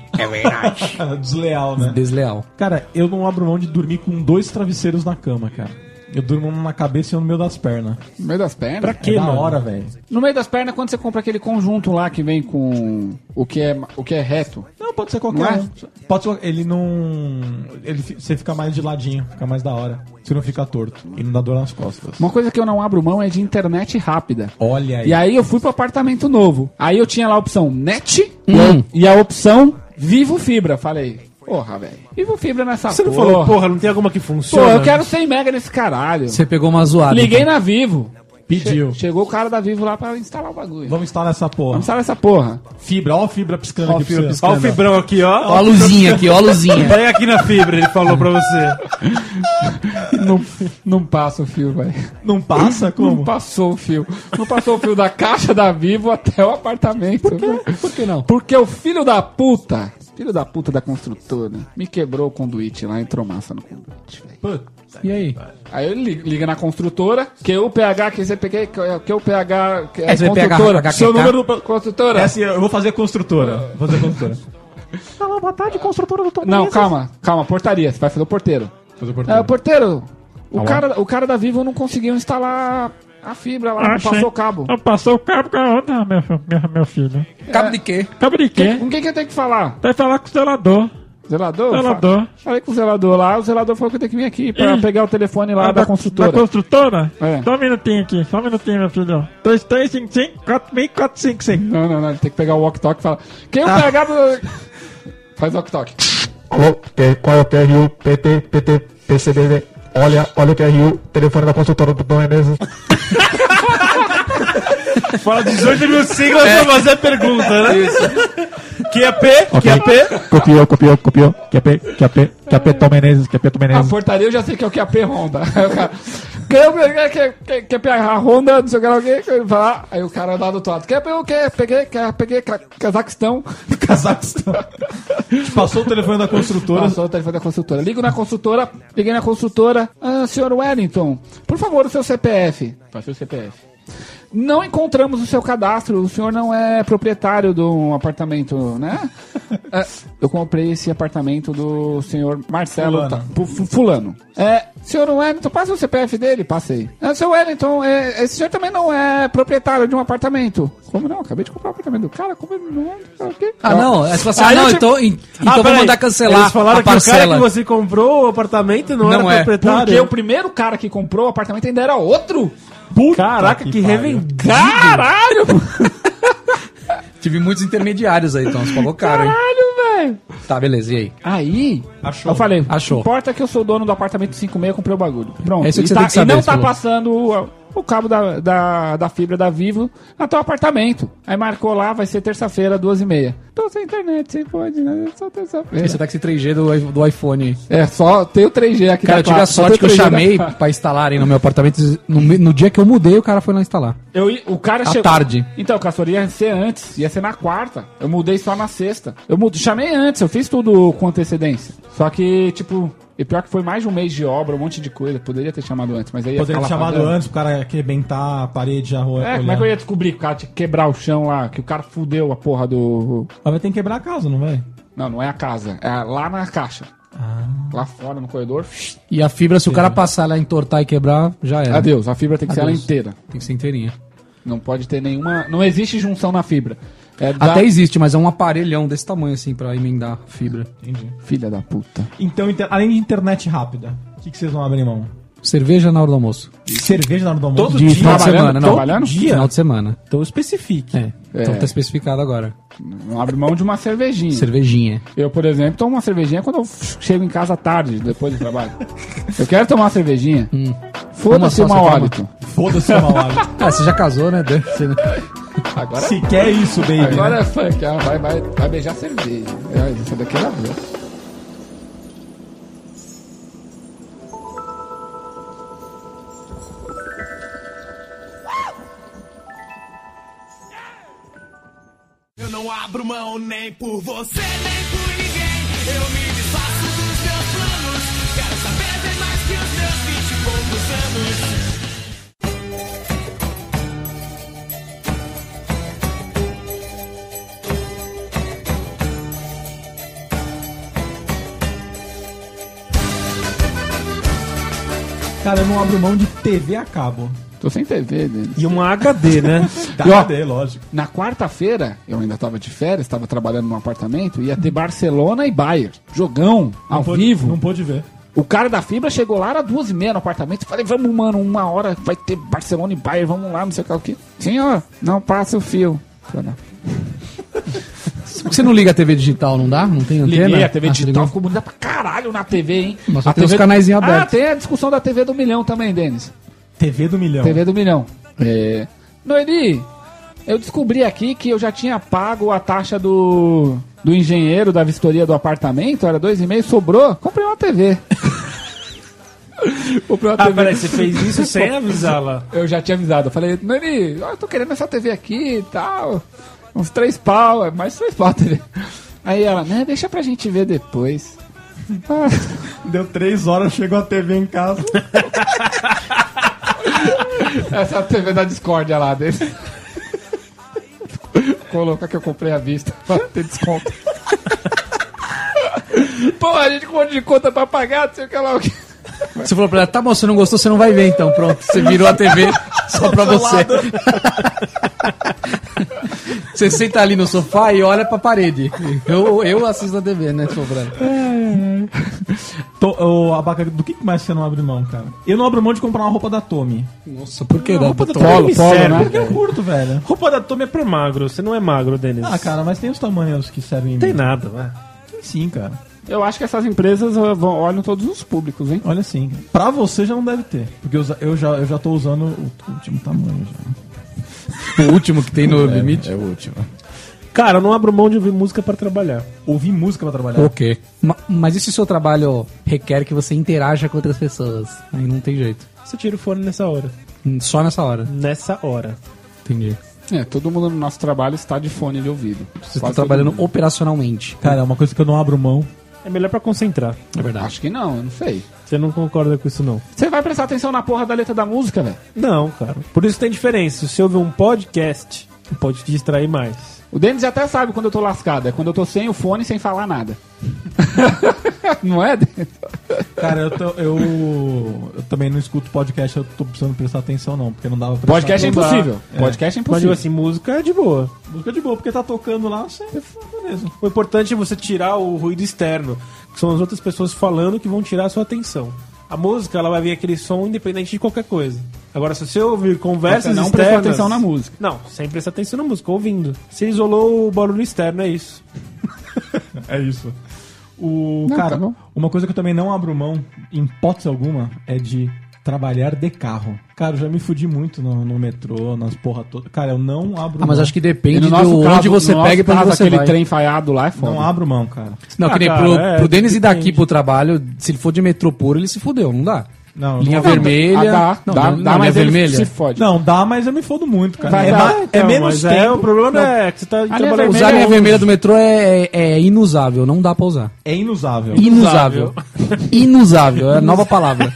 Desleal, né?
Desleal.
Cara, eu não abro mão de dormir com dois travesseiros na cama, cara. Eu durmo um na cabeça e um no meio das pernas.
No meio das pernas.
Pra
é
quê,
da
mano?
hora, velho.
No meio das pernas, quando você compra aquele conjunto lá que vem com o que é, o que é reto.
Não, pode ser
Não
qualquer
é?
um. Pode ser, ele não... Ele, fi- você fica mais de ladinho, fica mais da hora. Você não fica torto e não dá dor nas costas.
Uma coisa que eu não abro mão é de internet rápida.
Olha
E aí eu fui pro apartamento novo. Aí eu tinha lá a opção net e a- e a opção vivo fibra. Falei, porra, velho. Vivo fibra nessa
Você não
porra.
falou, porra, não tem alguma que
Pô,
funciona?
eu quero 100 mega nesse caralho.
Você pegou uma zoada.
Liguei na Vivo.
Pediu.
Chegou o cara da Vivo lá pra instalar o bagulho.
Vamos instalar essa porra.
Vamos instalar essa porra.
Fibra, ó a fibra piscando aqui pra você.
Ó o fibrão aqui,
Ó a
ó.
luzinha aqui, ó a luzinha.
Pega aqui na fibra, ele falou pra você.
Não, não passa o fio, velho.
Não passa?
Não
Como?
passou o fio. Não passou o fio da caixa da Vivo até o apartamento.
Por que não?
Porque o filho da puta, filho da puta da construtora, me quebrou o conduíte lá, entrou massa no conduíte, velho.
E aí?
Aí ele li- liga na construtora, que é o PH, que CPQ, que- que o PH, que é,
SPH,
construtora.
HQK.
seu número do construtora.
É assim, eu vou fazer construtora. Vou fazer construtora. Alô, boa tarde, construtora do Tobias.
Não, calma, calma, portaria, você vai fazer o porteiro.
Fazer
É,
Hum.
porteiro.
o porteiro,
Tá
o cara, o cara da Vivo não conseguiu instalar a fibra lá,
Ah,
não passou o cabo.
Passou o cabo com a outra, meu, fi- meu, meu filho.
É.
Cabo de quê?
Cabo de quê?
Com quem que eu tenho que falar?
Vai falar com o zelador.
Zelador?
Zelador.
Fa- Falei com o zelador lá, o zelador falou que eu tenho que vir aqui pra pegar o telefone lá da, construtora.
Ah, Da construtora?
É.
Só um minutinho aqui, só um minutinho, meu filho. 3355 4455.
Não, não, não. Ele tem que pegar o walk-talk e falar. Quem
Ah.
o PH do. Faz walk-talk.
Qual é o PRU? PT, PT, PCDD. Olha, olha o PRU, telefone da consultora do Dom Menezes.
Fala 18 mil siglas pra fazer a pergunta, né? Que é P, que é P.
Copiou, copiou, copiou. QAP, QAP, QAP Tom Menezes, QAP Tom
A
Ah,
Menezes.
portaria eu já sei que é o QAP Honda. Aí o cara. Quem o PH? Que, que, que é PH Honda? Não sei o que lá, alguém. que vai lá. Aí o cara lá do outro lado. Quem é o que? Peguei, que- peguei Ca- Cazaquistão.
Cazaquistão. Passou o telefone da construtora.
Passou o telefone da consultora. Ligo na consultora, liguei na consultora. Ah, senhor Wellington, por favor, o seu CPF. Passei o CPF. Não encontramos o seu cadastro, o senhor não é proprietário de um apartamento, né? É, eu comprei esse apartamento do senhor Marcelo
Fulano.
Ta- pu- fu- Fulano. É, senhor Wellington, passa o CPF dele? Passei. É, senhor Wellington, é, esse senhor também não é proprietário de um apartamento. Como não? Acabei de comprar o apartamento do cara, como ele não é? O quê?
Ah, não. Aí você fala assim,
Então, Aí
ah, não,
eu te-
então, en- então vou
peraí.
mandar cancelar
Eles falaram
a
que o cara
parcela.
que você comprou o apartamento não,
Não
era
é.
proprietário.
Porque o primeiro cara que comprou o apartamento ainda era outro?
Caraca,
que
que
pariu.
revendido.
Caralho!
Tive muitos intermediários aí, então. Você pagou caro, hein?
Caralho, velho!
Tá, beleza. E aí?
Aí,
Achou.
eu falei,
Achou.
importa que eu sou dono do apartamento 56, comprei o bagulho. Pronto.
É isso que
e,
você
tá-
tem que saber,
e não
você
tá
falou.
passando o, o cabo da, da, da fibra da Vivo até o apartamento. Aí marcou lá, vai ser terça-feira, duas e meia. Tô sem internet, sem pode, né? Só
É.
Esse
terça-feira.
táxi 3G do, i- do iPhone.
É, só tem o 3G aqui
Cara,
da
eu tive a
Claro, só
sorte que eu
tem o 3G da
né?
chamei
Claro.
pra instalarem no meu apartamento. No, me- no dia que eu mudei, o cara foi lá instalar.
Eu, i- o cara
À tarde.
Então, o Castor ia ser antes, ia ser na quarta. Eu mudei só na sexta. Eu mudei, chamei antes, eu fiz tudo com antecedência. Só que, tipo, E pior que foi mais de um mês de obra, um monte de coisa. Poderia ter chamado antes, mas aí ia
Poderia ter
ficar lá
chamado
fazendo.
antes né? pro cara arrebentar a parede, a rua.
É, como é que eu ia descobrir que o cara tinha que quebrar o chão lá, que o cara fudeu a porra do.
Mas vai ter que quebrar a casa, não vai?
Não, não é a casa. É lá na caixa.
Ah.
Lá fora, no corredor.
E a fibra, se o cara passar lá, entortar e quebrar, já era.
Adeus, a fibra tem que ser ela
Adeus.
inteira.
Tem que ser inteirinha.
Não pode ter nenhuma. Não existe junção na fibra. É da-
Até existe, mas é um aparelhão desse tamanho, assim, pra emendar a fibra. Entendi.
Filha da puta.
Então, inter- além de internet rápida, o que, que vocês vão abrir mão?
Cerveja na hora do almoço.
Cerveja na hora do almoço?
de final de
trabalhando?
semana, não.
Trabalhando?
Dia? Final de semana.
Então especifique.
É. Então tá especificado agora.
Não abre mão de uma cervejinha.
Cervejinha.
Eu, por exemplo, tomo uma cervejinha quando eu chego em casa tarde, depois do trabalho. eu quero tomar uma cervejinha. Foda-se
Hum. Uma só,
o mau
você toma.
hálito.
Foda-se o mau hálito.
Ah, você já casou, né? Dane-se, né?
Agora,
Se quer isso, baby.
agora
né?
é funk. ah, Vai, vai, vai beijar cerveja. É, Isso daqui é boa.
Eu não abro mão nem por você, nem por ninguém. Eu me desfaço dos meus planos. Quero saber bem mais que os meus vinte e poucos anos.
Cara, eu não abro mão de TV a cabo.
Tô sem TV, Denis.
E uma HD, né?
Tá,
E, ó,
cadê? lógico.
Na quarta-feira, eu ainda tava de férias, tava trabalhando num apartamento, ia ter Barcelona e Bayern. Jogão, ao
pôde-
vivo.
Não pôde ver.
O cara da fibra chegou lá, era duas e meia no apartamento. Falei, vamos, mano, uma hora vai ter Barcelona e Bayern, vamos lá, não sei o que. o que. Senhor, não passa o fio. Falei, não.
Por que você não liga a TV digital, não dá? Não tem antena?
Liguei a TV
Ah, você
digital,
ligou?
ficou bonita pra caralho na TV, hein?
Mas só
a
tem os
TV
canaizinhos
Ah,
abertos.
tem a discussão da TV do milhão também, Denis.
TV do milhão.
TV do milhão. É... Noeli, eu descobri aqui que eu já tinha pago a taxa do, do engenheiro da vistoria do apartamento, era dois e meio, sobrou, comprei uma TV. comprei uma
Ah,
TV.
peraí, você fez isso sem avisá-la.
Eu já tinha avisado, eu falei, Noeli, ó, eu tô querendo essa TV aqui e tal, uns três pau, é mais três pau a TV. Aí ela, né, deixa pra gente ver depois. Ah,
Deu três horas, chegou a TV em casa.
essa é a TV da Discord lá dele. Coloca que eu comprei à vista pra ter desconto. Pô, a gente com um monte de conta pra pagar, não sei o que lá. o que.
Você falou pra ela, tá bom, você não gostou, você não vai ver então. Pronto, você virou a TV só pra você. você senta ali no sofá e olha pra parede. Eu, eu assisto a TV, né, sobrando.
Tô, ô, Abaca, do que mais você não abre mão, cara? Eu não abro mão de comprar uma roupa da Tommy.
Nossa, por que?
roupa
Não,
da
Tom?
Tommy
polo,
serve
né?
porque eu curto, velho.
Roupa da Tommy é pro magro. Você não é magro, Denis.
Ah, cara, mas tem os tamanhos que servem
Não tem nada, né?
Sim, cara.
Eu acho que essas empresas ó, vão- olham todos os públicos, hein?
Olha assim, pra você já não deve ter. Porque eu, já- eu já, eu já tô usando o último tamanho já.
O último que tem no limite.
É o último.
Cara, eu não abro mão de ouvir música pra trabalhar.
Ouvir música pra trabalhar.
Ok. Ma- mas e se o seu trabalho requer que você interaja com outras pessoas? Aí não tem jeito.
Você tira o fone nessa hora.
Hum, Só nessa hora.
Nessa hora.
Entendi.
É, todo mundo no nosso trabalho está de fone de ouvido.
Você tá
Quase todo
trabalhando
mundo.
operacionalmente.
Cara, é uma coisa que eu não abro mão.
É melhor pra concentrar.
É verdade.
Acho que não, eu não sei.
Você não concorda com isso, não?
Você vai prestar atenção na porra da letra da música, velho.
Não, cara. Por isso tem diferença. Se você ouvir um podcast, pode te distrair mais.
O Denis até sabe quando eu tô lascado, é quando eu tô sem o fone, sem falar nada. não é, Denis?
Cara, eu, tô- eu, eu também não escuto podcast, eu tô precisando prestar atenção não, porque não dava pra
Podcast é
prestar atenção.
impossível. Podcast é
Mas, tipo
impossível.
assim, música é de boa.
Música de boa, porque tá tocando lá, você
é
beleza.
O importante é você tirar o ruído externo, que são as outras pessoas falando que vão tirar a sua atenção. A música, ela vai vir aquele som independente de qualquer coisa. Agora, se você ouvir conversas
Você não prestou
externas...
um atenção na música.
Não, sem prestar atenção na música, ouvindo. Você isolou o barulho externo, é isso.
É isso. O,
Não,
cara,
tá bom.
uma coisa que eu também não abro mão, em hipótese alguma, é de trabalhar de carro. Cara, eu já me fudi muito no, no metrô, nas porra todas. Cara, eu não abro
Ah, mas
mão.
acho que
E
depende
no
de
nosso caso-
onde você
no
pega e
nosso
pra onde
caso,
você
aquele
vai.
trem falhado lá é foda.
Não abro mão, cara.
Não,
Ah,
que nem
cara,
pro,
é,
pro Denis ir daqui
depende.
pro trabalho, se ele for de metrô puro, ele se fudeu, não dá.
Não, eu
linha
não abro-
vermelha.
Ah, dá,
não,
dá, dá,
não, linha
mas ele
vermelha.
se fode.
Não, dá, mas eu me fodo muito, cara.
Vai
é,
dar,
ma- é
Então,
menos
mas é, o
tempo.
problema é que você tá trabalhando
é um
Usar a linha
meio-
é, vermelha do metrô é, é inusável, não dá pra usar.
É inusável.
Inusável. Inusável, é a nova palavra.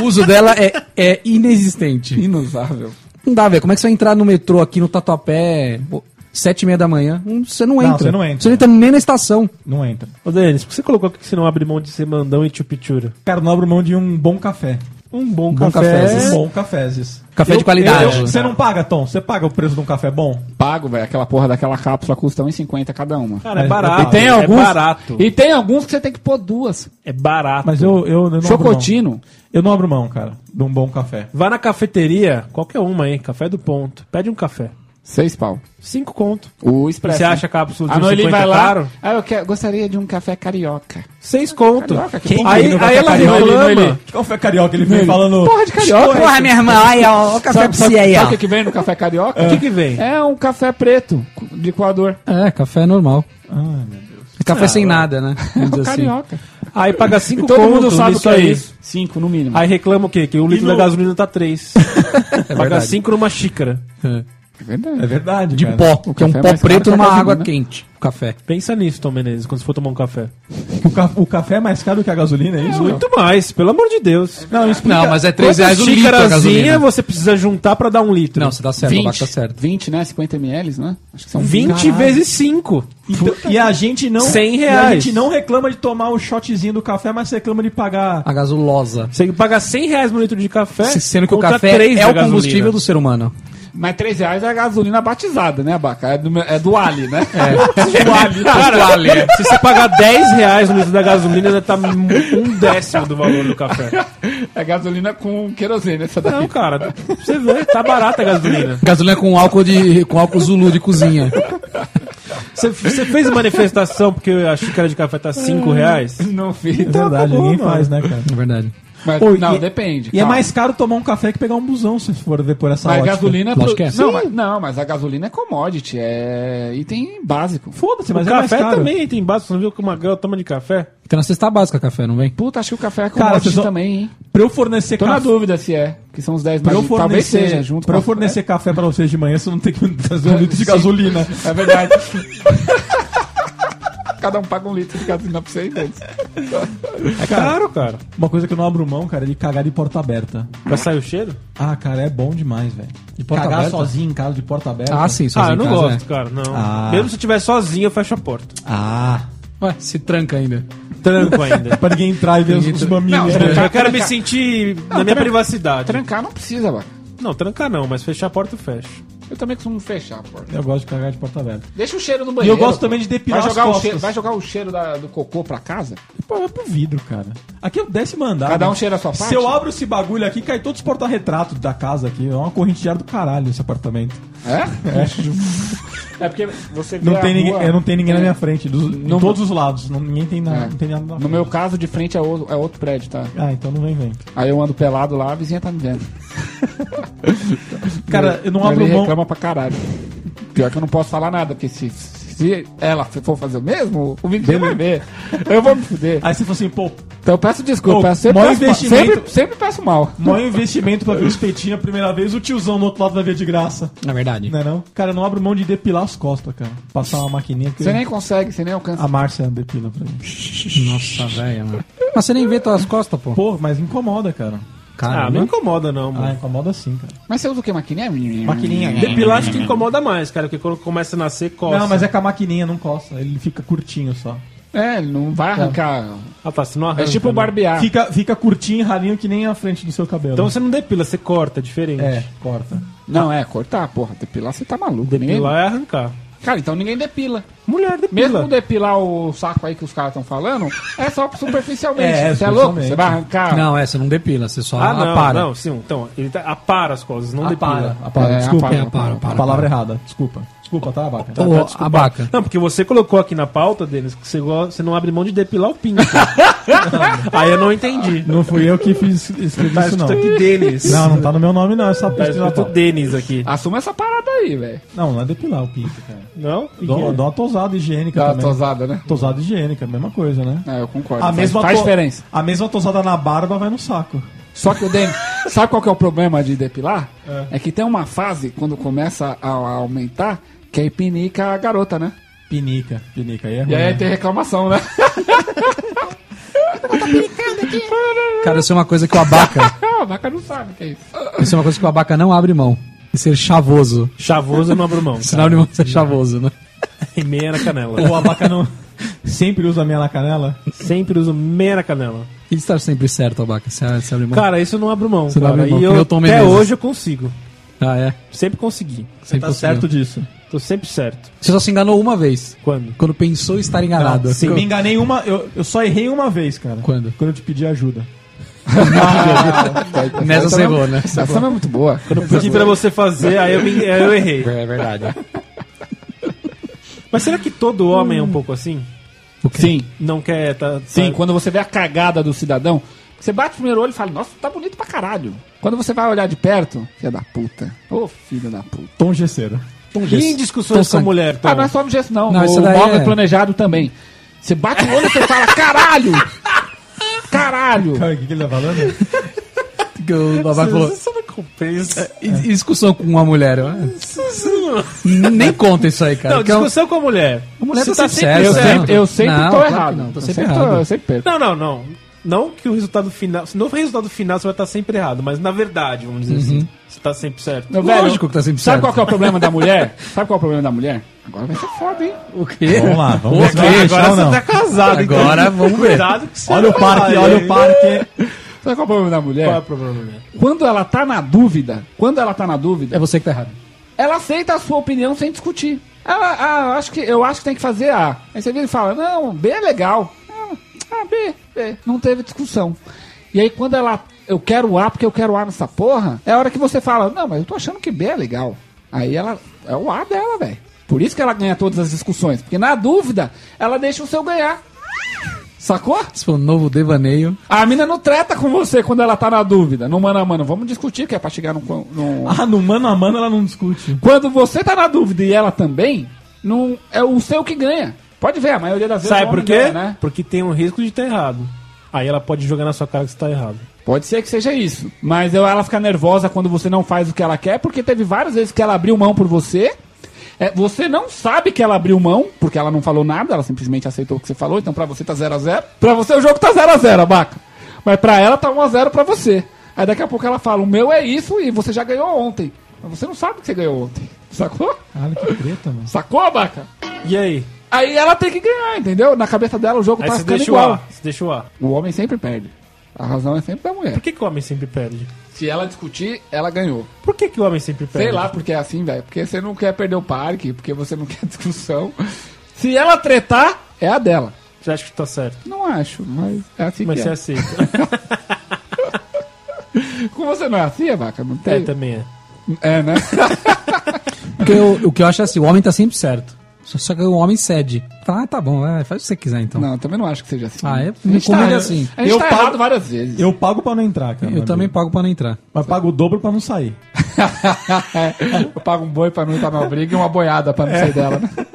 o uso dela é, é inexistente.
Inusável.
Não dá, velho. Como é que você vai entrar no metrô aqui no Tatuapé, pô, sete e meia da manhã? Não, Você não
Não,
entra.
você não entra.
Você não entra né? nem na estação.
Não entra.
Ô, Denis, por que você colocou aqui que você não abre mão de ser mandão e chupitura?
Cara, não abro mão de um bom café.
Um bom,
Bom
café.
café.
Bom cafés.
Café de qualidade.
Você não paga, Tom? Você paga o preço de um café bom?
Pago, velho. Aquela porra daquela cápsula custa 1,50 cada uma.
Cara, é
É,
barato.
e tem alguns.
É barato.
E tem alguns que você tem que pôr duas.
É barato.
Mas eu, eu não abro mão.
Chocotino.
Eu não abro mão, cara, de um bom café.
Vá na cafeteria, qualquer uma, hein? Café do ponto. Pede um café.
Seis pau.
Cinco conto.
O
E
expresso.
você
né?
acha a cápsula de
Ah, não, ele
50
vai lá.
é caro?
Ah, eu quero- gostaria de um café carioca.
Seis conto.
Carioca, que
Quem
porra.
aí
Ele não
aí
vai
ela
pra
reclama.
carioca, ele- Que café carioca ele vem falando.
Porra de carioca.
Porra, minha irmã, aí, ó, o café
sabe, sabe, sabe o que que vem no café carioca?
O que que vem?
É um café preto de coador.
É, café normal. É café sem nada, né? Vamos dizer assim.
Carioca.
Aí paga cinco
Todo
conto
mundo sabe o
nisso
que é isso. Cinco, no mínimo.
Aí reclama o quê? Que o litro
no-
da gasolina tá três. paga
verdade.
cinco numa xícara.
É verdade.
É verdade,
De
cara.
pó,
O
que é um
café é
pó
mais caro que
preto
a
numa
gasolina,
água
né?
quente. O café.
Pensa nisso, Tom Menezes, quando você for tomar um café.
O, ca- o café é mais caro que a gasolina, é isso?
Muito mais, pelo amor de Deus.
Não, explica.
Não, mas é 3 reais o
Quantas
litro a
xícarazinha
gasolina.
você precisa juntar pra dar um litro?
Não, você tá certo,
20,
o Baco tá certo.
20, né? 50 ml, né? Acho que são
20 vezes 5.
Então, e a gente não.
100
e a
reais.
gente não reclama de tomar o shotzinho do café, mas reclama de pagar.
A gasolosa.
Você paga 100 reais no litro de café.
Se- Sendo que o
É? contra
café
três
é
da
o combustível
gasolina.
do ser humano.
Mas 3 reais é a gasolina batizada, né, Baca? É do, meu- é do Ali, né? É. do Ali.
Cara, se você pagar 10 reais no litro da gasolina, ainda tá um décimo do valor do café.
É gasolina com querosene, essa daí.
Não, Então, cara, você vê, tá barata a gasolina.
Gasolina com álcool de. com álcool Zulu de cozinha.
Você, você fez manifestação porque a xícara de café tá
É.
5 reais?
Não fiz.
É
Então,
verdade, ninguém faz, né, cara?
É verdade.
Mas,
Ô,
não,
e-
depende.
E é mais caro tomar um café que pegar um busão, se for ver por essa
Mas
ótica.
gasolina
Lógico que é.
Não, mas, não, mas a gasolina é commodity, é item básico.
Foda-se, mas
o
é mais
café
caro.
também tem base. Você não viu que o Magal toma de café?
Tem na cesta básica café, não vem?
Puta, acho que o café é
Cara,
commodity
vocês vão-
também, hein?
Pra eu fornecer
Tô na
café.
dúvida se é, que são os 10
Pra eu
mais... Talvez
fornecer,
seja, junto
pra eu
com a-
fornecer café pra vocês de manhã, você não tem que me trazer um litro de gasolina.
É verdade. Cada um paga um litro de gasolina pra vocês antes.
É caro, cara.
Uma coisa que eu não abro mão, cara, é de cagar de porta aberta.
Pra sair o cheiro?
Ah, cara, é bom demais, velho. De
porta
cagar
aberta?
sozinho em casa de porta aberta.
Ah, sim, sozinho
Ah, eu
em
não
casa,
gosto, cara, não.
Ah.
Mesmo se eu estiver sozinho, eu fecho a porta.
Ah. É
é. Ué, se tranca ainda.
Tranco ainda.
Pra ninguém entrar e ver os, os mamilos.
Não,
né?
Eu quero me sentir na minha privacidade.
Trancar não precisa, mano.
Não, trancar não, mas fechar a porta eu fecho.
Eu também costumo fechar a porta.
Eu gosto de cagar de porta aberta.
Deixa o cheiro no banheiro.
eu gosto
pô.
também de depilar
vai
as
jogar o
costas.
cheiro, Vai jogar o cheiro da- do cocô pra casa?
Pô, é pro vidro, cara. Aqui é o décimo andar.
Cada um
né?
cheira a sua parte?
Se eu abro esse bagulho aqui, cai todos os porta-retratos da casa aqui. É uma corrente de ar do caralho esse apartamento.
É? É, porque você vê
Não
a
tem, ninguém,
rua-
é, não tem ninguém na minha frente, dos, de todos os lados. Não, ninguém tem, na,
É.
não tem nada na
No
frente.
meu caso, de frente é outro, é outro prédio, tá?
Ah, então não vem, vem.
Aí eu ando pelado lá, a vizinha tá me vendo.
Cara, eu não
Mas
abro
ele
mão.
reclama pra caralho. Pior que eu não posso falar nada, porque se, se ela for fazer o mesmo, o menino vai ver. Eu vou me fuder.
Aí você fala assim, pô,
Então eu peço
Ô,
desculpa. eu sempre,
maior
peço mal,
investimento-
sempre, sempre peço mal.
maior investimento pra ver o espetinho a primeira vez, o tiozão do outro lado vai ver de graça.
Na verdade.
Não é não? Cara, eu não abro mão de depilar as costas, cara. Passar uma maquininha que
Você nem consegue, você nem alcança.
a Márcia depila pra mim.
Nossa, velha, mano. Mas você nem vê tuas costas, pô.
Pô, mas incomoda, cara.
Ah,
Caramba.
não incomoda não, mano.
Ah, incomoda sim, cara.
Mas você usa o que? Maquininha?
Maquininha.
Depilar acho que incomoda mais, cara, porque quando começa a nascer, coça.
Não, mas é com a maquininha, não coça. Ele fica curtinho só.
É, ele não vai arrancar.
Ah, tá, você não
É
arranca,
tipo
né?
barbear.
Fica, fica curtinho e ralinho que nem a frente do seu cabelo.
Então você não depila, você corta, é diferente.
É, corta.
Não, é, cortar, porra. Depilar, você tá maluco.
Depilar é arrancar.
Ninguém... Cara, então ninguém depila.
Mulher
Mesmo
depila.
depilar o saco aí que os caras estão falando, é só superficialmente.
É,
você é louco?
superficialmente.
Você vai arrancar.
Não, é, você não depila, você só
Ah, não,
apara.
não, sim. Então, ele tá, apara as coisas, não depila.
Apara,
É,
desculpa.
apara,
É, apara,
A
apara.
palavra errada, desculpa. Desculpa, tá, Abaca?
Ô, abaca.
Não, porque você colocou aqui na pauta, Denis, que você, go- você não abre mão de depilar o pinto. Aí eu não entendi.
Não fui eu que fiz escrevi
Tá
isso, não.
escrito aqui Denis.
Não, não tá no meu nome, não. Essa
Tá
pista
escrito Denis aqui.
Assuma essa parada aí, velho.
Não, não é depilar o pinto, cara.
Não?
Dá, dá uma tosada higiênica
Dá uma
também.
tosada, né?
Tosada higiênica, mesma coisa, né?
É, eu concordo.
A
faz,
mesma
faz
to-
diferença.
A mesma tosada na barba vai no saco.
Só que o Denis, sabe qual que é o problema de depilar? É. que tem uma fase, quando começa a, a aumentar, que aí pinica a garota, né?
Pinica, pinica. Aí é ruim,
E
né?
aí tem reclamação, né?
Cara, isso é uma coisa que o abaca.
Ah, a vaca não sabe o que é isso.
Isso é uma coisa que o abaca não abre mão. E ser chavoso.
Chavoso eu não abro mão.
Sinal de mão ser chavoso, né?
E meia na canela.
O abaca não. Sempre usa meia na canela?
Sempre uso meia na canela.
E estar sempre certo, abaca. Se a- se abre mão.
Cara, isso eu não abro mão.
Você não
cara.
abre mão,
E
que
eu,
nem o Tom
até
Menezes.
hoje eu consigo.
Ah, é.
Sempre consegui.
Você tá
Sempre
certo disso.
Tô sempre certo.
Você só se enganou uma vez.
Quando?
Quando pensou estar enganado.
Não, sim,
Quando-
me enganei uma. Eu, eu só errei uma vez, cara.
Quando?
Quando eu te pedi ajuda.
Nessa você errou, né?
Essa samba é muito boa.
Quando eu pedi pra você fazer, aí eu, me- aí eu errei.
É verdade.
Mas será que todo homem é um pouco assim?
Sim,
Não quer. Tá, tá-
sim. Quando você vê a cagada do cidadão, você bate o primeiro olho e fala, nossa, tá bonito pra caralho. Quando você vai olhar de perto, filha da puta. Ô, filho da puta.
Tom Gesseiro.
E em discussões
Tô
com mulher, Tom?
Ah, não é só no gesto, não.
Então. Não,
no
isso daí
móvel
é-
planejado também. Você bate o olho e você fala, caralho! Caralho!
Cara, o que, que ele tá falando?
Que o abaca falou.
Isso não compensa.
"E- e Discussão com uma mulher. ó." Nem conta isso aí, cara.
Não,
que é um-
discussão com a mulher.
A mulher
Você
tá sempre certa,
Eu
Não,
sempre, eu sempre
não,
tô
claro que
errado.
não, tô
Eu
sempre
sempre tô-
errado.
eu sempre perco.
Não, não, não. Não que o resultado final. No resultado final você vai estar sempre errado, mas na verdade, vamos dizer assim, você tá sempre certo.
Meu Uhum. velho,
Lógico que tá sempre
Sabe
certo.
qual que é o problema da mulher? Sabe qual é o problema da mulher? Agora vai ser foda, hein?
O quê?
Vamos lá, vamos ver se vai
quê?
achar ou não.
tá
casado,
Agora vamos ver.
Cuidado que você
Olha o parque, olha o parque.
Sabe qual é o problema da mulher?
Qual é o problema, mulher?
Quando ela tá na dúvida, quando ela tá na dúvida,
É você que tá errado.
ela aceita a sua opinião sem discutir. Ela, ah, eu acho que, eu acho que tem que fazer A. Aí você vira e fala, não, B é legal. Ah, ah, B, B. Não teve discussão. E aí quando ela, eu quero A porque eu quero A nessa porra, é a hora que você fala, não, mas eu tô achando que B é legal. Aí ela, é o A dela, velho. Por isso que ela ganha todas as discussões. Porque na dúvida, ela deixa o seu ganhar. Sacou?
Isso foi um novo devaneio.
A mina não treta com você quando ela tá na dúvida. No mano a mano, vamos discutir, que é pra chegar num. con- num-
Ah, no mano a mano ela não discute.
Quando você tá na dúvida e ela também, não é o seu que ganha. Pode ver, a maioria das vezes. o
Sabe
homem
por quê?
ganha, né?
Porque tem um risco de estar errado. Aí ela pode jogar na sua cara que você tá errado.
Pode ser que seja isso. Mas eu- ela fica nervosa quando você não faz o que ela quer, porque teve várias vezes que ela abriu mão por você. É, você não sabe que ela abriu mão, porque ela não falou nada, ela simplesmente aceitou o que você falou, então pra você tá 0x0. Pra você o jogo tá 0x0, abaca. Mas pra ela tá 1x0 pra você. Aí daqui a pouco ela fala, o meu é isso e você já ganhou ontem. Mas você não sabe que você ganhou ontem. Sacou?
Cara, que treta, mano.
Sacou, abaca?
E aí?
Aí ela tem que ganhar, entendeu? Na cabeça dela o jogo
Aí
tá
você
ficando
deixa o
igual.
A. Você deixa o A.
O homem sempre perde. A razão é sempre da mulher.
Por que, que o homem sempre perde?
Se ela discutir, ela ganhou.
Por que, que o homem sempre perde?
Sei lá porque é assim, velho. Porque você não quer perder o parque, porque você não quer discussão. Se ela tretar, é a dela.
Você acha que tá certo?
Não acho, mas é assim
Mas
que
você
é.
aceita.
Com você não é assim, é vaca? Não
é,
tem.
também é.
É, né?
O que eu, o que eu acho é assim, o homem tá sempre certo. Só, só que o homem cede. Fala, ah, tá bom, vai, faz o que você quiser então.
Não, eu também não acho que seja assim.
Ah, é?
A gente
Comigo
tá,
é assim.
A gente
Eu
tá
pago-
errado várias vezes.
Eu pago pra não entrar, cara.
Eu também pago pra não entrar.
Mas pago o dobro pra não sair.
eu pago um boi pra não estar na briga e uma boiada pra não sair dela. né?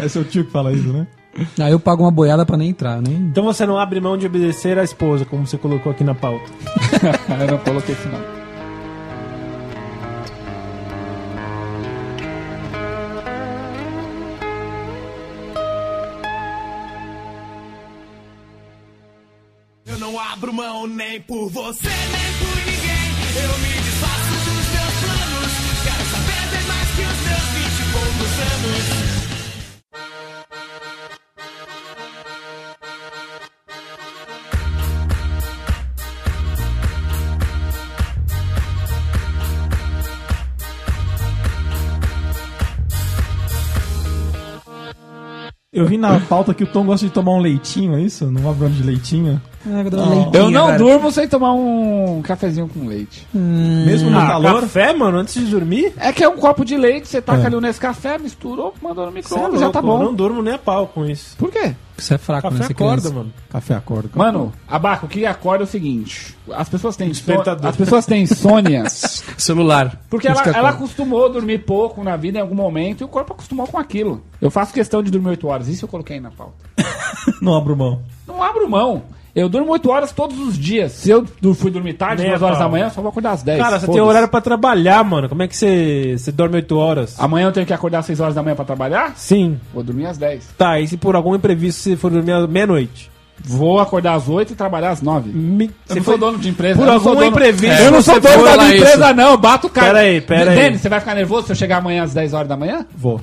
É seu tio que fala isso, né?
Aí Ah, eu pago uma boiada pra nem entrar, nem.
Então você não abre mão de obedecer à esposa, como você colocou aqui na pauta.
eu não coloquei isso, não.
Eu não abro mão nem por você, né? nem por ninguém. Eu me desfaço dos meus planos. Quero saber bem mais que os meus vinte e poucos anos.
Eu vi na pauta que o Tom gosta de tomar um leitinho, é isso? Não abre de leitinho?
Eu não durmo sem tomar um cafezinho com leite.
Mesmo no
Ah,
calor?
café, mano, antes de dormir?
É que é um copo de leite, você taca ali o Nescafé, misturou, mandou no
Cê é
micro-ondas, já
louco,
tá bom.
eu Não durmo nem a pau com isso.
Por quê?
Isso é fraco, né?
Café
Você
acorda,
criança.
mano.
Café acorda.
Mano, abaca, o que acorda é o seguinte: as pessoas têm
Despertador.
insônia- As pessoas têm insônia.
Celular.
Porque
Isso
ela,
que
ela
acorda.
acostumou a dormir pouco na vida em algum momento e o corpo acostumou com aquilo. Eu faço questão de dormir 8 horas, isso eu coloquei aí na pauta.
Não abro mão.
Não abro mão. Eu durmo 8 horas todos os dias. Se eu du- fui dormir tarde,
Nem
2
a
horas da
pau.
manhã, eu só vou acordar às 10.
Cara, você tem
Foda-se.
horário pra trabalhar, mano. Como é que você, você dorme 8 horas?
Amanhã eu tenho que acordar às 6 horas da manhã pra trabalhar?
Ah, Sim.
Vou dormir às 10.
Tá, e se por algum imprevisto você for dormir à meia-noite?
Vou acordar às 8 e trabalhar às 9. Eu
Você
não
foi-
sou dono de empresa.
Por
eu não sou
algum
dono-
imprevisto,
Eu não sou
você
dono
foi
da
lá
minha empresa,
isso.
não. Bato o cara.
Pera aí, pera aí.
Denis, você vai ficar nervoso se eu chegar amanhã às 10 horas da manhã?
Vou.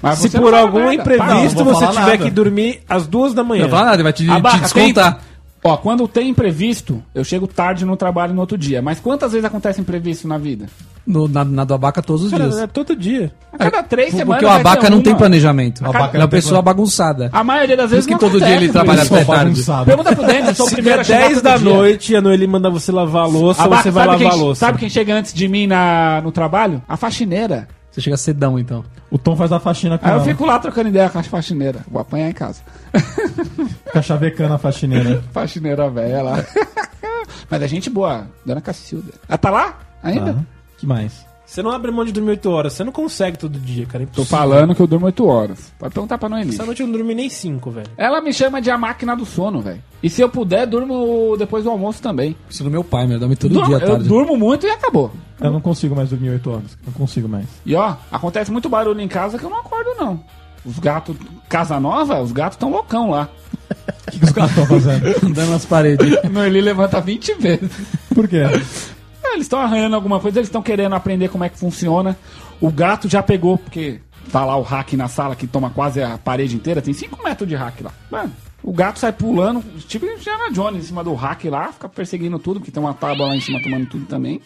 Mas
Se
você não
por
vai
algum
nada.
imprevisto
Para, não vou
você
falar nada.
tiver que dormir às duas da manhã.
Não vai falar nada, vai te, te
Abaca,
descontar.
tem- Ó, quando tem imprevisto, eu chego tarde no trabalho no outro dia. Mas quantas vezes acontece imprevisto na vida?
No- na, na do abaca todos os
Cara,
dias.
é todo dia.
A cada três
Porque
semanas.
o
vai ter
abaca não tem
uma.
planejamento. O
abaca
abaca é uma pessoa bagunçada.
A maioria das
Por
vezes
isso que
não
todo dia
acontece,
ele trabalha
Bruno.
até tarde.
Pergunta pro Denis, eu sou o
Se
primeiro a
der
chegar
10
todo
da
dia.
noite e a Noeli manda você lavar a louça,
Abaca,
você vai
sabe
lavar
quem-
a louça.
Sabe quem chega antes de mim na, no trabalho? A faxineira.
Você chega cedão, então.
O Tom faz a faxina com
Aí Ah, eu
Ah.
ela.
fico lá trocando ideia com a faxineira. Vou apanhar em casa.
Fica chavecando a faxineira.
Faxineira velha lá. Mas é gente boa, Dona Cacilda. Ela tá lá? Ainda?
Tá. que mais?
Você não abre mão de dormir 8 horas, você não consegue todo dia, cara. é
Tô
impossível.
falando que eu durmo 8 horas. Pode perguntar pra Noemi.
Essa noite eu não dormi nem 5, velho.
Ela me chama de a máquina do sono, velho. E se eu puder, durmo depois do almoço também.
Isso do meu pai, meu. Dorme todo
Durmo-
dia à
eu
tarde.
durmo muito e acabou.
Eu não consigo mais dormir 8 horas. Não consigo mais.
E ó, acontece muito barulho em casa que eu não acordo, não. Os gatos, casa nova, os gatos tão loucão lá.
O que, que os caras estão fazendo?
Andando nas paredes.
Noeli levanta 20 vezes.
Por quê?
Ah, Eles estão arranhando alguma coisa, eles estão querendo aprender como é que funciona. O gato já pegou, porque tá lá o hack na sala que toma quase a parede inteira, tem 5 metros de hack lá. Mano, o gato sai pulando, tipo Indiana Jones em cima do hack lá, fica perseguindo tudo, porque tem uma tábua lá em cima tomando tudo também.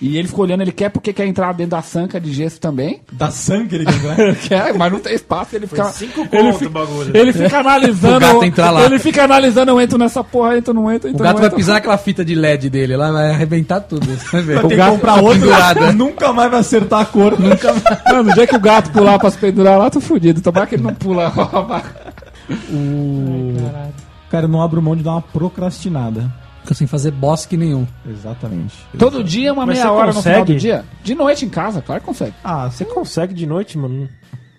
E ele fica olhando, ele quer porque quer entrar dentro da sanca de gesso também.
Dá sangue ele quer.
Quer, mas não tem espaço, ele fica.
cinco
ele
conto
fi-
o bagulho.
Ele fica analisando.
O gato entrar lá.
Ele fica analisando, eu entro nessa porra, entro, não entro,
O
entro,
gato
não
vai
entro.
pisar naquela fita de LED dele lá, vai arrebentar tudo. Você vai ver.
Tem que comprar outro.
pendurada.
Nunca mais vai acertar a cor. Nunca mais.
Mano, o dia que o gato pular pra se pendurar lá, tô fudido. Tomara que ele não pula.
Cara, eu não abro mão de dar uma procrastinada.
Fica sem fazer bosque nenhum.
Exatamente.
Todo dia, é uma
Mas
meia
você
hora no final
consegue?
do dia. De noite em casa, claro que consegue.
Ah, você consegue de noite, mano?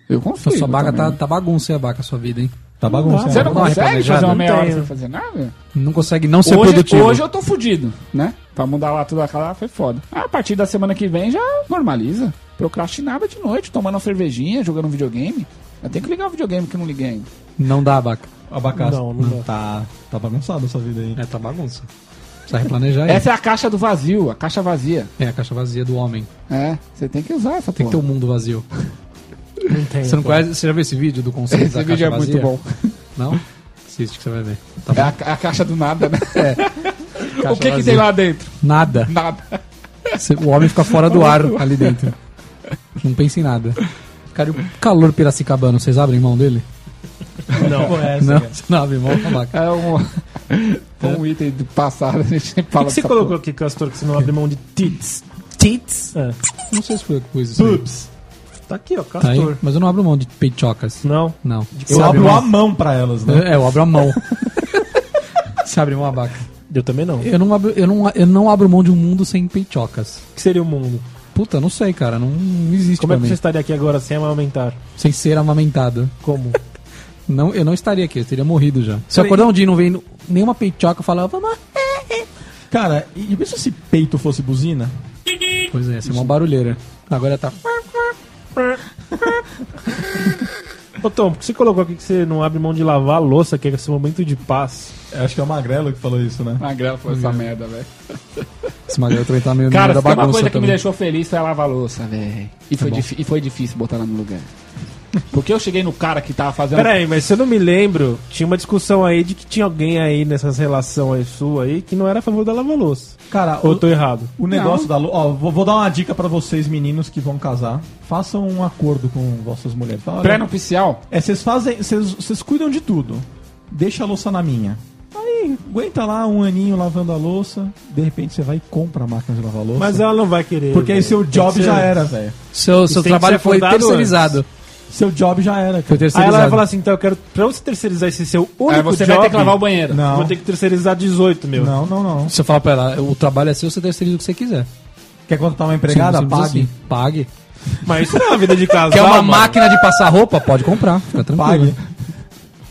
Eu
Sua,
consigo.
sua baga tá,
também.
tá bagunça, hein, abaca, a sua vida, hein?
Tá bagunçado.
Você não
Vamos lá,
consegue
rapaziada.
fazer uma meia
Não
hora
tenho.
sem fazer nada?
Não consegue não ser
Hoje,
produtivo.
hoje eu tô fudido, né? Pra mudar lá tudo aquela lá foi foda. A partir da semana que vem já normaliza. Procrastinava de noite, tomando uma cervejinha, jogando um videogame. Eu tenho que ligar o videogame que eu não liguei ainda.
Não dá, abaca.
Abacate.
Não, não
Tá, tá bagunçado a sua vida aí.
É, tá bagunça. Precisa replanejar aí.
Essa é a caixa do vazio, a caixa vazia.
É a caixa vazia do homem.
É, você tem que usar essa
Tem que ter
porra.
um mundo vazio.
Não tem.
Você não conhece? Você já viu esse vídeo do conceito da
Esse
caixa
vídeo é
vazia?
muito bom.
Não? Assiste que você vai ver. Tá
É
bom.
a, ca- a caixa do nada, né?
É. Caixa
o que, que
vazia.
tem lá dentro?
Nada.
Nada.
Você- O homem fica fora do ar ali dentro. Não pensa em nada. Cara, e o calor piracicabano, vocês abrem mão dele?
Não.
não, você não abre mão, abaca.
É um, foi um item do passado, a gente sempre
Por
fala
que, você
dessa
colocou aqui, Castor, que você não abre mão de tits?
Tits?
É.
Não sei se foi eu que pus isso. aí.
Pups. Tá aqui, ó,
Tá aí?
Castor.
Mas eu não abro mão de peichocas.
Não.
Não.
Eu abro a mão pra elas, né?
É, eu abro a mão. Você abre mão, abaca.
Eu também não. O
Eu não, abro, eu, não, eu não abro mão de um mundo sem peichocas.
que seria o mundo?
Puta, não sei, cara. Não, não existe
Como é
pra
que
mim.
você estaria aqui agora sem amamentar?
Sem ser amamentado.
Como?
Não, eu não estaria aqui, eu teria morrido já. Se eu
Peraí.
acordar um dia e não vem nenhuma peitioca, eu falava, "Vamos lá."
Cara, e e pensa se peito fosse buzina?
Pois é, essa é uma barulheira. Agora tá.
Ô Tom, por que você colocou aqui que você não abre mão de lavar a louça, que é esse momento de paz?
Eu acho que é o Magrelo que falou isso, né?
Magrela foi
É.
essa merda, velho.
Esse magrelo também tá meio
Cara,
meio
se tem uma coisa que me
também. Tá
deixou feliz foi a lavar louça, velho. E, foi difí- e foi difícil botar ela no lugar. Porque eu cheguei no cara que tava fazendo.
Pera aí, mas se eu não me lembro, tinha uma discussão aí de que tinha alguém aí nessas relações aí sua aí que não era a favor da lava-louça.
Cara,
Ou eu
o,
tô errado?
o negócio da louça. Ó, vou, vou dar uma dica pra vocês, meninos que vão casar. Façam um acordo com vossas mulheres. Fala, olha,
Pré-nupcial?
É, vocês fazem. Vocês vocês cuidam de tudo. Deixa a louça na minha. Aí, aguenta lá um aninho lavando a louça. De repente você vai e compra a máquina de lavar a louça.
Mas ela não vai querer.
Porque aí
velho.
seu
Tem
job
que ser-
já era, velho.
Seu, seu
tem que
trabalho
ser
foi
afundado
terceirizado.
Seu job já era,
Foi
cara.
Aí
terceirizado.
ela vai falar assim, então eu quero, pra você terceirizar esse seu único
Aí você
job,
vai ter que lavar o banheiro.
Não.
Vou ter que terceirizar 18, meu.
Não, não, não.
Se eu falar pra ela, o trabalho é seu, você terceiriza o que você quiser.
Quer contratar uma empregada?
Simples
Pague.
assim. Pague.
Mas isso não é uma vida de casal,
Quer uma
mano.
máquina de passar roupa? Pode comprar. Fica
Pague.
tranquilo.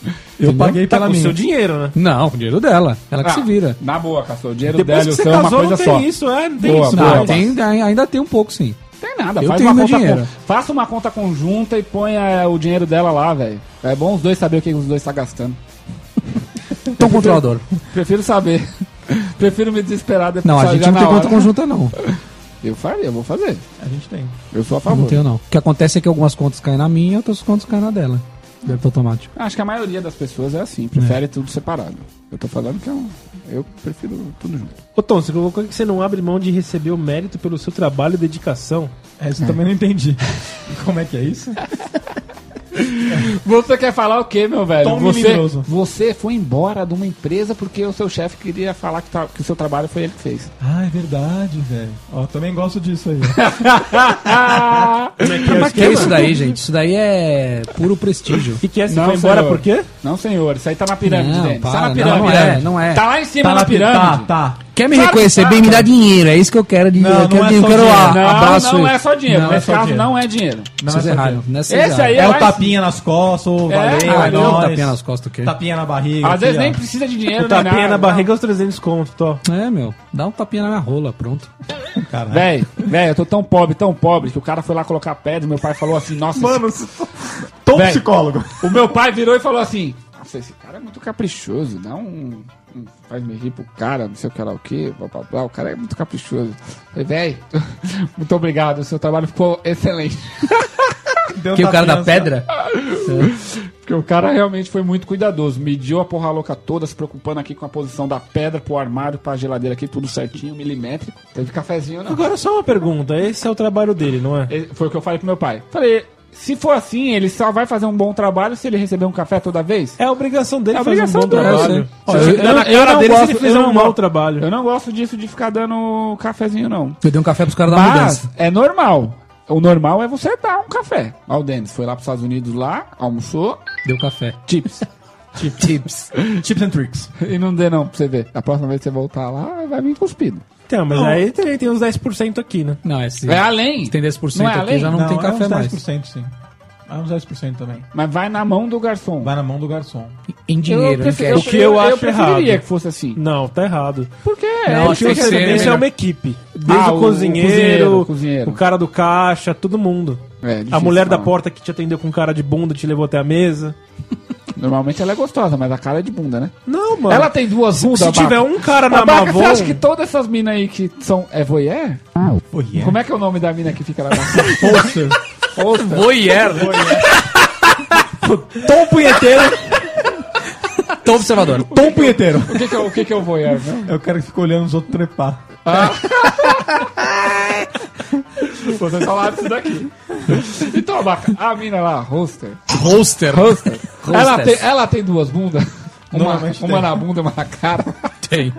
Eu
Entendeu?
paguei
Tá
pela
com
minha.
seu
dinheiro, né?
Não, o dinheiro dela. Ela É que
Ah,
se vira.
Na boa, Cassio. O dinheiro
Depois
dela e
que
o
você
seu é uma
casou,
coisa
não tem
só.
isso,
é,
né?
não
tem
boa,
isso,
Boa,
não. Tem, ainda tem um pouco, sim.
Tem nada.
Eu
faz
tenho
uma
meu
conta
dinheiro.
con- Faça uma conta conjunta e ponha é, o dinheiro dela lá, velho. É bom os dois saber o que os dois estão gastando.
Então, controlador.
Prefiro saber. Prefiro me desesperar depois.
Não, a
já-
gente
já
não tem
na
conta
hora.
conjunta, não.
Eu faria, eu vou fazer.
A gente tem.
Eu sou a
Eu
favor.
não tenho, não. O que acontece é que algumas contas caem na minha, outras contas caem na dela. Débito automático.
Acho que a maioria das pessoas é assim, prefere tudo separado. Eu tô falando que é um- eu prefiro tudo junto.
Ô Tom, você colocou que você não abre mão de receber o mérito pelo seu trabalho e dedicação.
É, isso eu também não entendi. Como é que é isso?
Você quer falar o quê, meu velho?
Tom
Você,
Melindroso.
você foi embora de uma empresa porque o seu chefe queria falar que, tá- que o seu trabalho foi ele que fez.
Ah, é verdade, velho. Ó, também gosto disso aí.
Ah,
Mas que é isso daí, gente? Isso daí é puro prestígio.
E que é? Você
Não,
foi embora
senhor.
por quê?
Não, senhor, isso aí tá na pirâmide,
Não,
Denis. Tá
para,
na pirâmide.
não, não é, não é.
Tá lá em cima
Tá
na
na pi-
pirâmide.
Tá, tá.
Quer me
Sabe,
reconhecer
sabe?
bem, me dá dinheiro. É isso que eu quero. Dinheiro.
Não,
eu quero
não é
dinheiro,
só
eu quero
dinheiro.
a- abraço.
não, não é só dinheiro.
Não,
Nesse
é só
caso,
dinheiro.
não é dinheiro.
Vocês erraram. Nessa
Esse aí
É
Eu
o
acho-
tapinha nas costas, ou
É,
valeu,
ah,
é
não,
nóis.
tapinha nas costas, o quê?
Tapinha na barriga.
Às vezes
aqui,
nem
ó.
precisa né, de dinheiro,
O tapinha
nem
na
nada.
barriga é os 300 conto, Tom.
É, meu. Dá um tapinha na minha rola, pronto.
Caralho.
Véi, véi, eu tô tão pobre, tão pobre, que o cara foi lá colocar pedra e meu pai falou assim, nossa, esse-
Tô
Véi.
psicólogo.
o meu pai virou e falou assim, nossa, esse cara é muito caprichoso, dá um, um faz me rir pro cara, não sei o que lá o que, blá, blá, blá, o cara é muito caprichoso. Falei, véi, muito obrigado, o seu trabalho ficou excelente.
Deu
Que o
tapinha
cara da
nas-
pedra?
Porque o cara realmente foi muito cuidadoso, mediu a porra louca toda, se preocupando aqui com a posição da pedra pro armário, pra geladeira aqui, tudo certinho, milimétrico. Teve cafezinho, não.
Agora só uma pergunta, esse é o trabalho dele, não é?
Ele- Foi o que eu falei pro meu pai. Falei, se for assim, ele só vai fazer um bom trabalho se ele receber um café toda vez?
É a obrigação dele
É a
fazer
obrigação
um bom
dele,
trabalho.
eu sei.
Ó, eu,
Eu-
eu,
eu- eu não
dele se ele
gosto-
fizer
eu não
um mau
gosto-
trabalho.
Eu não gosto disso de ficar dando cafezinho, não.
Eu dei um café pros caras da
Mas
mudança.
é normal. O normal é você dar um café. Ó, o Denis foi lá pros Estados Unidos lá, almoçou,
Deu café.
tips.
Tips.
Tips and tricks.
e não dê não pra você ver. Da próxima vez que você voltar lá, vai vir cuspido.
Então, mas aí tem, tem uns 10% aqui, né?
Não, é sim.
É além.
Tem 10%
Não é
aqui,
além?
já não, tem
é
café
uns
mais.
10% sim. É uns 10% também.
Mas vai na mão do garçom.
Vai na mão do garçom.
Em dinheiro, em
prefiro-
cash.
O que eu acho
preferiria
errado.
que fosse assim.
Não, tá errado.
Porque
Não, acho que tem que ser
Isso é
melhor.
uma equipe. Desde
Ah,
o,
o
cozinheiro,
cozinheiro, o cozinheiro.
o cara do caixa, todo mundo.
É,
a
difícil
mulher da
falar.
porta que te atendeu com cara de bunda te levou até a mesa.
Normalmente ela é gostosa, mas a cara é de bunda, né?
Não, mano.
Ela tem duas bundas,
se tiver
Abaca.
um cara na
Abaca,
Mavon...
você acha que todas essas minas aí que são... É voyeur? Como é que é o nome da mina que fica lá na...
Poxa.
Outra.
Voyeur.
Tom punheteiro.
Tom observador.
Tom punheteiro.
O que que é, o que que é o voyeur, né?
É o cara que fica olhando os outros trepar.
Vocês falaram isso daqui. Então, Abaca, a mina lá, roster.
Roaster.
Roster. Ela tem,
Hostess.
ela tem duas bundas? Uma,
Normalmente
uma
tem.
na bunda, uma na cara.
Tem.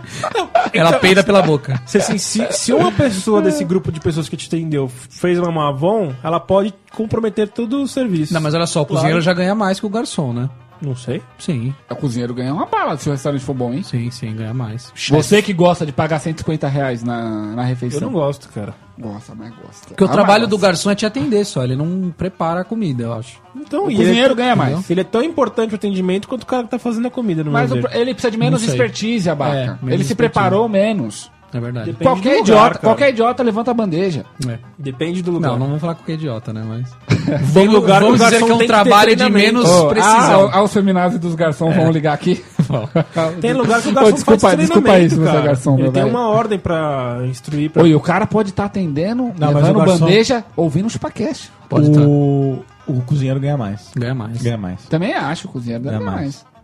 Ela peida pela boca.
Se, assim, se, se uma pessoa desse grupo de pessoas que te atendeu fez uma Mavon, ela pode comprometer todo o serviço.
Não, mas olha só, o cozinheiro já ganha mais que o garçom, né?
Não sei.
Sim,
O cozinheiro ganha uma bala se o restaurante for bom, hein?
sim, sim, ganha mais.
Você que gosta de pagar 150 reais na, na
Eu
refeição.
não gosto, cara.
Gosta, mas gosta.
Porque o
Ah,
trabalho
mas
do
gosta.
garçom é te atender só, ele não prepara a comida, eu acho.
Então,
O
e
cozinheiro
ele-
ganha mais.
Ele é tão importante o atendimento quanto o cara que tá fazendo a comida, no
Mas
meu
o
ver.
pro- ele precisa de menos
Não sei.
expertise, Abaca.
É,
ele
menos
se
expertise.
preparou menos.
É verdade.
Depende
qualquer
do lugar,
idiota,
cara.
qualquer idiota levanta a bandeja.
É.
Depende do lugar.
Não, não vamos falar qualquer idiota, né? Mas. Vamos,
lugar que
vamos
o
dizer
garçom
que é um
tem que ter
trabalho de
treinamento.
menos
Ó,
precisão.
Ah, aos feminazes dos garçons vão ligar aqui.
Tem lugar que o
Ô,
garçom
desculpa,
Tá, faz
desculpa
treinamento,
isso,
cara.
você é garçom,
Ele
meu
tem
velho.
uma ordem pra instruir. Pra...
Oi, o cara pode estar atendendo,
Não, mas
levando
o garçom-
bandeja, ouvindo os paquetes.
Pode tá.
o... o cozinheiro ganha mais.
Ganha mais.
Ganha mais.
Também acho, o cozinheiro deve
Ganha
mais.
mais.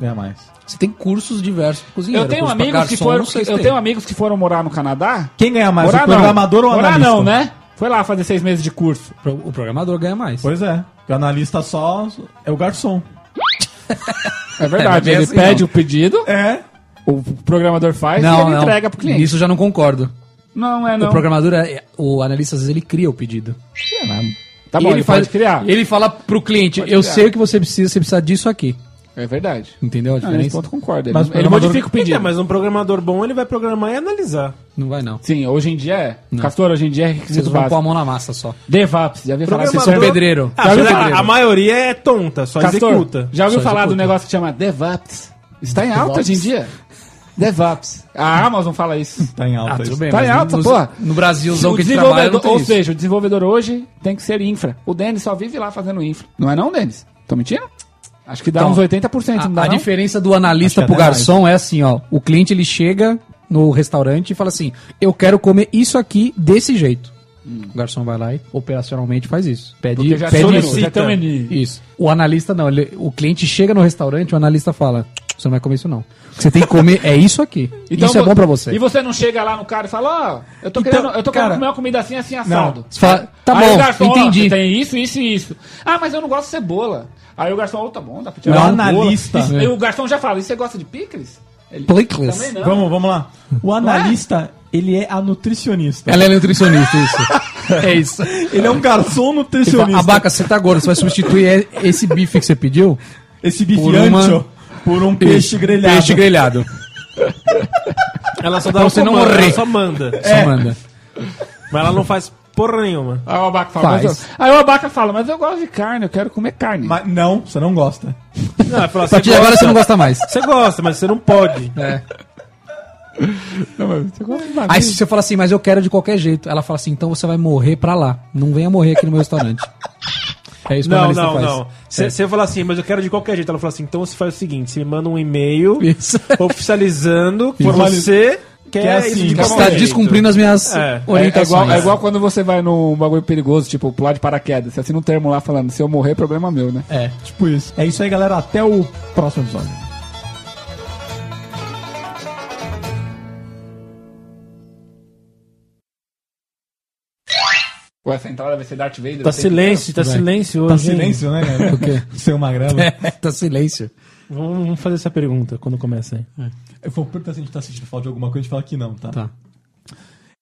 Ganha mais.
Você tem cursos diversos pro cozinheiro.
Eu tenho
curso pra
amigos que
garçom,
foram,
não sei se
eu
tem.
tenho amigos que foram morar no Canadá.
Quem ganha mais,
morar
o programador ou o
morar
analista?
não, né? Foi lá fazer seis meses de curso.
Pro- O programador ganha mais.
Pois é. O analista só é o garçom.
É verdade,
É,
ele
mas é assim,
pede
não.
o pedido,
É.
o programador faz e ele entrega pro cliente.
Isso eu já não concordo.
Não, é
O
não.
programador, é- o analista, às vezes ele cria o pedido.
Tá
E
bom, ele,
faz-
pode criar.
Ele fala pro cliente, eu
criar.
sei o que você precisa, você precisa disso aqui.
É verdade.
Entendeu a
Não, nesse
diferença?
ponto concorda. Ele, é
Mas o
ele
programador-
modifica o pedido.
Então, mas um programador bom, ele vai programar e analisar.
Não vai, não.
Sim, hoje em dia é.
Não.
Castor, hoje em dia é
Vocês
requisito
vão pôr a
básico.
mão na massa só.
DevApps, já ouviu falar
Programador-
disso?
Pedreiro.
Ah,
Já ouviu
mas
falar?
a, a maioria é tonta, só
Castor,
executa.
Já ouviu
Só
falar do
executa.
negócio que chama DevOps? Está em alta hoje em dia. DevOps. A Amazon fala isso.
Tá em alta.
Ah, tudo
isso.
bem.
tá
mas
em alta,
no,
porra.
No Brasilzão
O
que a gente trabalha, não
desenvolvedor-
tem
ou
isso.
seja, o desenvolvedor hoje tem que ser infra. O Denis só vive lá fazendo infra. Não é não, Denis? Tô mentindo? Acho que dá
Então,
uns 80%, não
A,
dá
a
não?
diferença do analista
Acho que
pro
até
garçom é assim, ó. O cliente ele chega no restaurante e fala assim: "Eu quero comer isso aqui desse jeito". O garçom vai lá e operacionalmente faz isso.
Hum.
Pede,
Porque já
pede
solicita.
isso.
Já tem um menu.
Isso. O analista não, ele- o cliente chega no restaurante, o analista fala: "Você não vai comer isso não. O que você tem que comer é isso aqui. isso é
Então vo-
bom pra você".
E você não chega lá no cara e fala, ó, eu tô,
Então,
querendo, eu tô
cara-
querendo comer uma comida assim, assim, assado.
Você fala, tá
Aí
bom,
o garçom, ó,
entendi.
você tem isso, isso e isso. Ah, mas eu não gosto de cebola. Aí o garçom, ó, tá bom, dá pra
Não,
uma cebola.
analista.
Isso- aí o garçom já fala, e você gosta de picles? Ele,
Picles.
Também não.
Vamos, vamos lá. O analista, ele é a nutricionista.
Ela é nutricionista, isso. é isso.
Ele é um garçom
Ele fala,
nutricionista.
Abaca, você tá gordo, você vai substituir esse bife que você pediu?
Esse bife
Por
por,
uma-
por um peixe grelhado.
Peixe grelhado.
Ela só dá
Pra
o
você não
comando,
morrer.
ela só manda.
Só manda.
Mas ela não faz porra nenhuma.
Aí o abaca fala,
Faz.
mas eu- aí o abaca fala, mas eu gosto de carne, eu quero comer carne.
Mas não, você não gosta.
Não, ela fala,
A partir de assim, agora você não gosta mais.
Você gosta, mas você não pode.
Não, mas você gosta de barriga.
Aí se você fala assim, mas eu quero de qualquer jeito. Ela fala assim, então você vai morrer pra lá. Não venha morrer aqui no meu restaurante. É isso que o
Não,
analista
não,
faz.
não.
É.
Você você fala assim, mas eu quero de qualquer jeito. Ela fala assim, então você faz o seguinte, você me manda um e-mail
Isso.
oficializando que você quer
Que é assim,
isso de
que
Você
qualquer
tá
um jeito.
descumprindo as minhas
É.
É, é
orientações.
igual, é igual quando você vai num bagulho perigoso, tipo pular de paraquedas. Você assina um termo lá falando, se eu morrer, problema meu, né?
É, tipo isso. É isso aí, galera. Até o próximo episódio.
Ou essa entrada vai ser Darth Vader?
Tá
sei- é
silêncio, tá silêncio
Tá
hoje. hein?
silêncio, né, galera?
O quê?
Seu magrelo.
É, tá silêncio.
Vamos vamos fazer essa pergunta quando começa aí.
Eu vou perguntar se a gente tá sentindo falta de alguma coisa e fala que não, tá?
Tá.